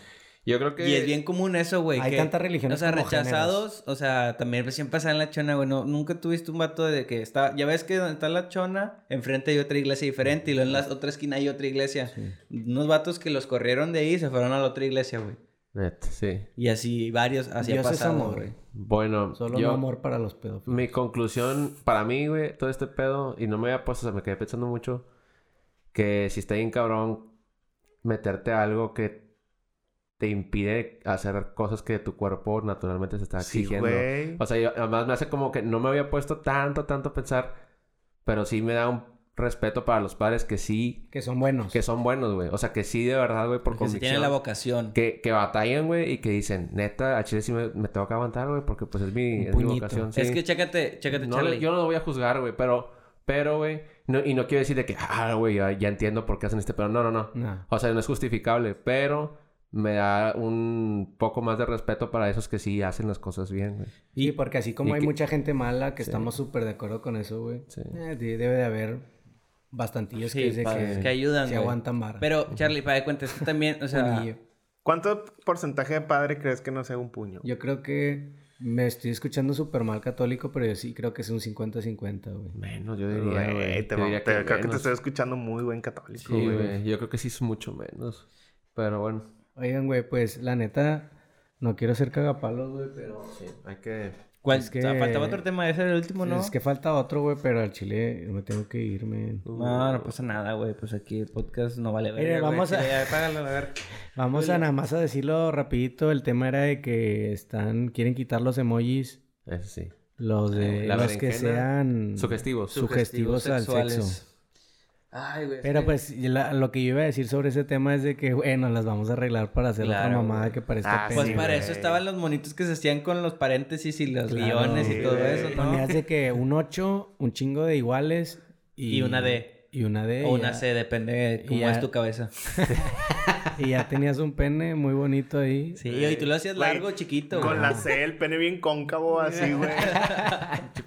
C: Yo creo que...
D: Y es bien común eso, güey.
A: Hay
D: que-
A: tantas religiones
D: O sea,
A: como
D: rechazados, o sea, también siempre pasa en la chona, güey. No, nunca tuviste un vato de que está. Ya ves que donde está la chona, enfrente hay otra iglesia diferente y luego en la otra esquina hay otra iglesia. Unos vatos que los corrieron de ahí y se fueron a la otra iglesia, güey.
C: Net, sí.
D: Y así varios, así
A: Dios
D: ha
A: es
D: pasado,
A: amor.
D: güey.
C: Bueno,
A: Solo
C: yo...
A: no amor para los pedófilos.
C: Mi conclusión para mí, güey, todo este pedo, y no me había puesto, o sea, me quedé pensando mucho, que si está bien cabrón meterte a algo que te impide hacer cosas que tu cuerpo naturalmente se está
B: Sí,
C: exigiendo.
B: güey.
C: o sea, yo- además me hace como que no me había puesto tanto, tanto a pensar, pero sí me da un respeto para los padres que sí,
A: Que son buenos.
C: que son buenos, güey. O sea, que sí de verdad, güey, por
D: Que se tiene
C: convicción.
D: la vocación.
C: que, que batallan, güey, y que dicen, neta, a Chile sí me, me tengo que aguantar, güey, porque pues es
A: Un
C: mi, es mi
A: puñito.
C: vocación.
D: Es
C: sí.
D: que chécate, chécate,
C: No,
D: Charlie.
C: yo no lo voy a juzgar, güey, pero, pero, güey, no- y no quiero decir de que, ah, güey, ya, ya entiendo por qué hacen este, pero no, no, no.
A: No.
C: O sea, no es justificable, pero me da un poco más de respeto para esos que sí hacen las cosas bien, güey.
A: Y porque así como
C: y
A: hay
C: que-
A: mucha gente mala, que estamos súper de acuerdo con eso, güey.
C: Sí.
A: eh, de- debe de haber bastantillos
D: Sí,
A: que, es de
D: padres
A: que,
D: que ayudan,
A: Se
D: güey.
A: aguantan vara.
D: Pero, Charlie, para de cuenta, es que también, o sea,
A: Punillo.
B: ¿Cuánto porcentaje de padre crees que no sea un puño?
A: Yo creo que me estoy escuchando súper mal católico, pero yo sí creo que es un 50-50, güey.
C: Menos, yo
B: Güey,
C: diría, güey.
B: te
C: Yo
B: va-
C: diría
B: te- creo que te
C: menos.
B: estoy escuchando muy buen católico,
C: Sí,
B: güey.
C: güey, yo creo que sí es mucho menos. Pero bueno,
A: Oigan, güey, pues la neta, no quiero ser cagapalos, güey, pero.
C: hay que...
D: ¿cuál?
A: Es pues que-
D: o sea, faltaba otro tema, ese era el último, ¿no?
A: Es que falta otro, güey, pero al chile me tengo que irme.
D: No, no pasa nada, güey. Pues aquí el podcast no vale
A: Mira,
D: verga, güey.
A: vamos a-
D: Sí, ya, págalo, a ver.
A: Vamos a nada más a decirlo rapidito. El tema era de que están. quieren quitar los emojis.
C: Eso sí.
A: Los de
C: La
D: Ah,
A: los que
C: berenjena.
A: sean
C: Sugestivos.
A: sugestivos, al
D: Sexuales.
A: sexo.
D: Ay, güey. es
A: Pero
D: que-
A: pues y la- lo que yo iba a decir sobre ese tema es de que, bueno, las vamos a arreglar para hacer
D: Claro,
A: otra mamada
D: güey.
A: que parezca
B: Ah,
A: pena.
D: Pues
B: sí,
D: para
B: güey.
D: eso estaban los monitos que se hacían con los paréntesis y los
A: Claro,
D: guiones y
B: sí,
D: todo
B: güey.
D: eso, ¿no?
A: Ponías de que un 8, un chingo de iguales y...
D: Y una D.
A: Y una D.
D: O
A: y
D: una
A: ya-
D: C, depende de cómo
A: ya-
D: es tu cabeza.
A: Y ya tenías un pene muy bonito ahí.
D: Sí, y tú lo hacías
B: Eh, Güey,
D: largo, chiquito,
B: Con
D: güey.
B: la C, el pene bien cóncavo, así, güey.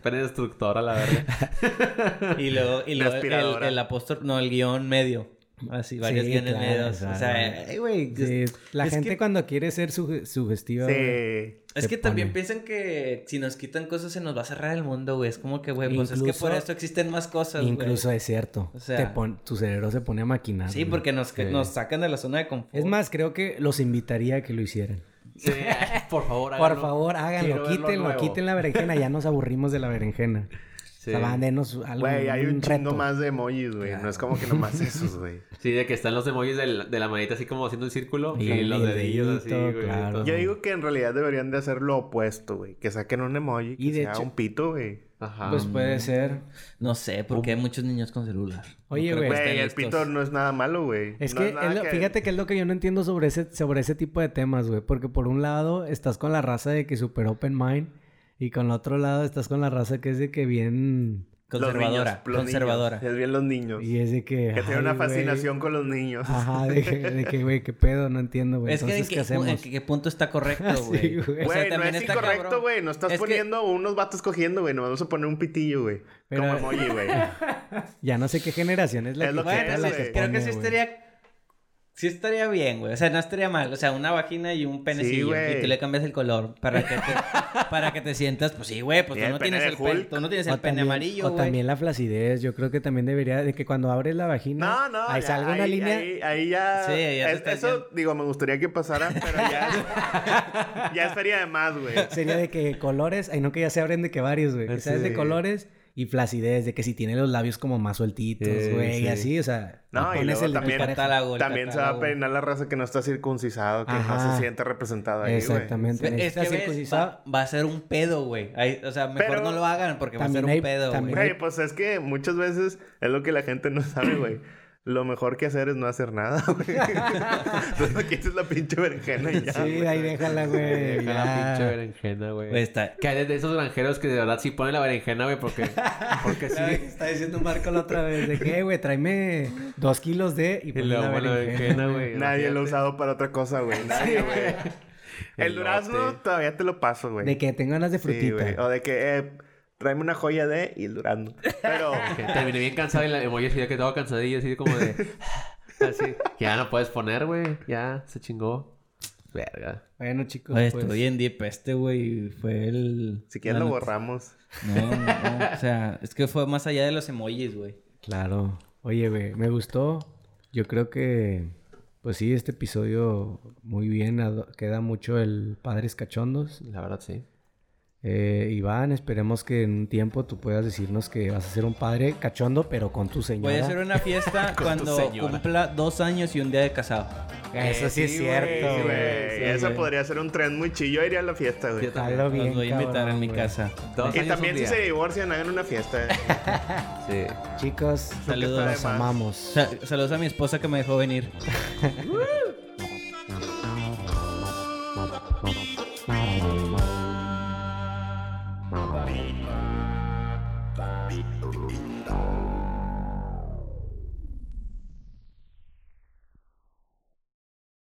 C: Pene destructora, la verdad.
D: Y luego, y luego el,
B: aspiradora.
D: el apóstol, no, el guión medio. Así, varios
A: Sí,
D: guiones
A: claro,
D: medios. O sea,
A: claro.
D: ay, güey.
A: Sí, la
D: es
A: gente
D: que-
A: cuando quiere ser suge- sugestiva... güey,
B: Sí.
D: Es
A: se
D: que también
A: pone.
D: piensan que si nos quitan cosas se nos va a cerrar el mundo, güey. Es como que, güey, pues es que
A: Incluso-
D: por esto existen más cosas, güey.
A: Incluso es cierto.
D: O sea-
A: Te pon- tu cerebro se pone a maquinar.
D: Sí,
A: güey.
D: porque nos, que-
C: Sí.
D: nos sacan de la zona de confort.
A: Es más, creo que los invitaría a que lo hicieran.
C: Sí, por favor,
A: Por favor, háganlo,
C: Quiero verlo
A: quítenlo,
C: nuevo.
A: quiten la berenjena. Ya nos aburrimos de la berenjena. O
C: Sí.
A: sea, mándenos algo.
B: Güey, hay un chingo
A: reto.
B: más de emojis, güey. No es como que nomás esos, güey.
C: Sí, de que están los emojis del- de la manita así como haciendo un círculo
A: Y
C: y,
A: el
C: los dedillos así,
A: dedito,
C: güey.
A: claro.
C: entonces-
B: Yo digo que en realidad deberían de hacer lo opuesto, güey. Que saquen un emoji que
A: Y de
B: sea
A: hecho-
B: un pito, güey.
C: Ajá.
A: Pues puede
B: Mm.
A: ser.
D: No sé, porque hay muchos niños con celular.
A: Oye,
D: No creo que
A: güey.
B: Güey,
D: estén
B: el
D: listos.
B: pito no es nada malo, güey.
A: Es
B: No
A: que,
B: nada
A: es lo- fíjate que es lo que yo no entiendo sobre ese, sobre ese tipo de temas, güey. Porque por un lado estás con la raza de que super open mind. Y con el otro lado estás con la raza que es de que bien...
B: los niños,
D: Conservadora.
B: los niños.
D: conservadora.
B: Es bien los niños.
A: Y es de que...
B: Que tiene
A: ay,
B: una
A: güey.
B: fascinación con los niños.
A: Ajá, de que, de que, güey, qué pedo, no entiendo, güey.
D: Es que en
A: Entonces,
D: qué,
A: ¿qué
D: pu- en
A: hacemos?
D: qué punto está correcto,
A: Sí,
D: güey.
A: güey.
D: O sea,
B: Güey, no
D: también
B: es
D: está
B: incorrecto,
D: cabrón.
B: güey. No estás
D: Es que-
B: poniendo unos vatos cogiendo, güey. Nos vamos a poner un pitillo, güey.
A: Pero-
B: Como emoji, güey.
A: Ya no sé qué generación es la
B: Es
A: que...
B: lo que
A: está
D: Bueno,
B: es,
A: la
D: sí,
B: güey.
D: creo que
A: pone,
D: sí
A: güey.
D: estaría... Sí estaría bien, güey. O sea, no estaría mal. O sea, una vagina y un
B: Sí,
D: penecillo.
B: güey.
D: y tú le cambias el color para que te, para que te sientas... Pues sí, güey. Pues
B: Y
D: tú
B: el
D: no,
B: pene
D: tienes
B: de
D: el pene,
B: Hulk.
D: tú no tienes el pene amarillo,
A: o
D: güey.
A: también la flacidez. Yo creo que también debería... De que cuando abres la vagina...
B: No, no.
A: Ahí
B: ya,
A: salga una
B: ahí-
A: línea...
B: Ahí, ahí ya.
D: Sí, ya te
B: es-
D: estás
B: eso,
D: yendo.
B: digo, me gustaría que pasara, pero ya. es- ya estaría de más, güey.
A: Sería de que colores, ay no que ya se abren de que varios, güey. Que sabes
B: Sí.
A: de colores y flacidez, de que si tiene los labios como más sueltitos,
C: Sí,
A: güey,
C: sí.
A: y así, o sea,
B: No,
A: le
B: y luego también-
A: pareja.
D: Catálogo, el
B: También se va a
D: catálogo.
B: peinar la raza que no está circuncisado, que no
A: Ajá.
B: se siente representado ahí, güey.
A: Exactamente.
D: Güey, Es que
A: Necesitas
D: ves,
A: circuncisado.
D: va, va a ser un pedo, güey. Ahí- O sea, mejor
B: Pero-
D: no lo hagan porque va a
A: También
D: ser un
A: hay-
D: pedo,
A: también
D: güey.
B: Güey, pues es que muchas veces es lo que la gente no sabe, güey. Lo mejor que hacer es no hacer nada, güey. Entonces quites la pinche berenjena y ya.
A: Sí,
B: güey.
A: ahí déjala,
C: Deja
A: güey.
C: la
A: ya. Pues,
C: pinche berenjena, güey.
D: Güey, está...
C: Que hay de esos granjeros que de verdad sí ponen la berenjena, güey, porque... Porque sí.
A: Está diciendo Marco la otra vez de que, güey, tráeme dos kilos de y
C: Y
A: ponle
C: luego
A: la
C: la
A: berenjena.
C: berenjena, güey.
B: Nadie lo ha
C: imagínate.
B: usado para otra cosa, güey. Nadie, güey. El
C: Elote.
B: durazno todavía te lo paso, güey.
A: De que tengo ganas de
B: Sí,
A: frutita.
B: güey. O de que, eh, tráeme una joya de y el durazno. Pero...
C: Que Terminé bien cansado y la emoji así de que estaba cansadillo, así como de... Así. Ya no puedes poner, güey. Ya, se chingó. Verga.
A: Bueno, chicos,
D: Oye,
A: pues,
D: estoy en deep este, güey. Fue el...
B: Si quieres
D: la
B: lo
D: not-
B: borramos.
D: No, no, no. O sea, es que fue más allá de los emojis, güey.
A: Claro. Oye, güey, me gustó. Yo creo que, pues sí, este episodio muy bien. ado- Queda mucho el Padres Cachondos.
C: La verdad, sí.
A: Eh, Iván, esperemos que en un tiempo tú puedas decirnos que vas a ser un padre cachondo, pero con tu señora.
D: Voy a hacer una fiesta
C: tu
D: cuando
C: señora.
D: cumpla dos años y un día de casado.
A: Eso sí, es
C: Sí,
A: cierto,
B: Sí,
A: güey.
C: güey,
B: güey.
C: sí,
B: Eso
C: güey.
B: podría ser un tren muy chillo. Yo iría a la fiesta, güey.
C: Yo también.
A: Hazlo bien,
D: Los voy a invitar
A: cabrón,
D: en mi
A: güey.
D: casa.
C: Dos
B: Y
C: años,
B: también
C: un
B: si
C: día.
B: se divorcian, hagan una fiesta. eh.
C: Sí.
A: Chicos,
D: Saludos.
A: los amamos.
D: Sa- saludos a mi esposa que me dejó venir.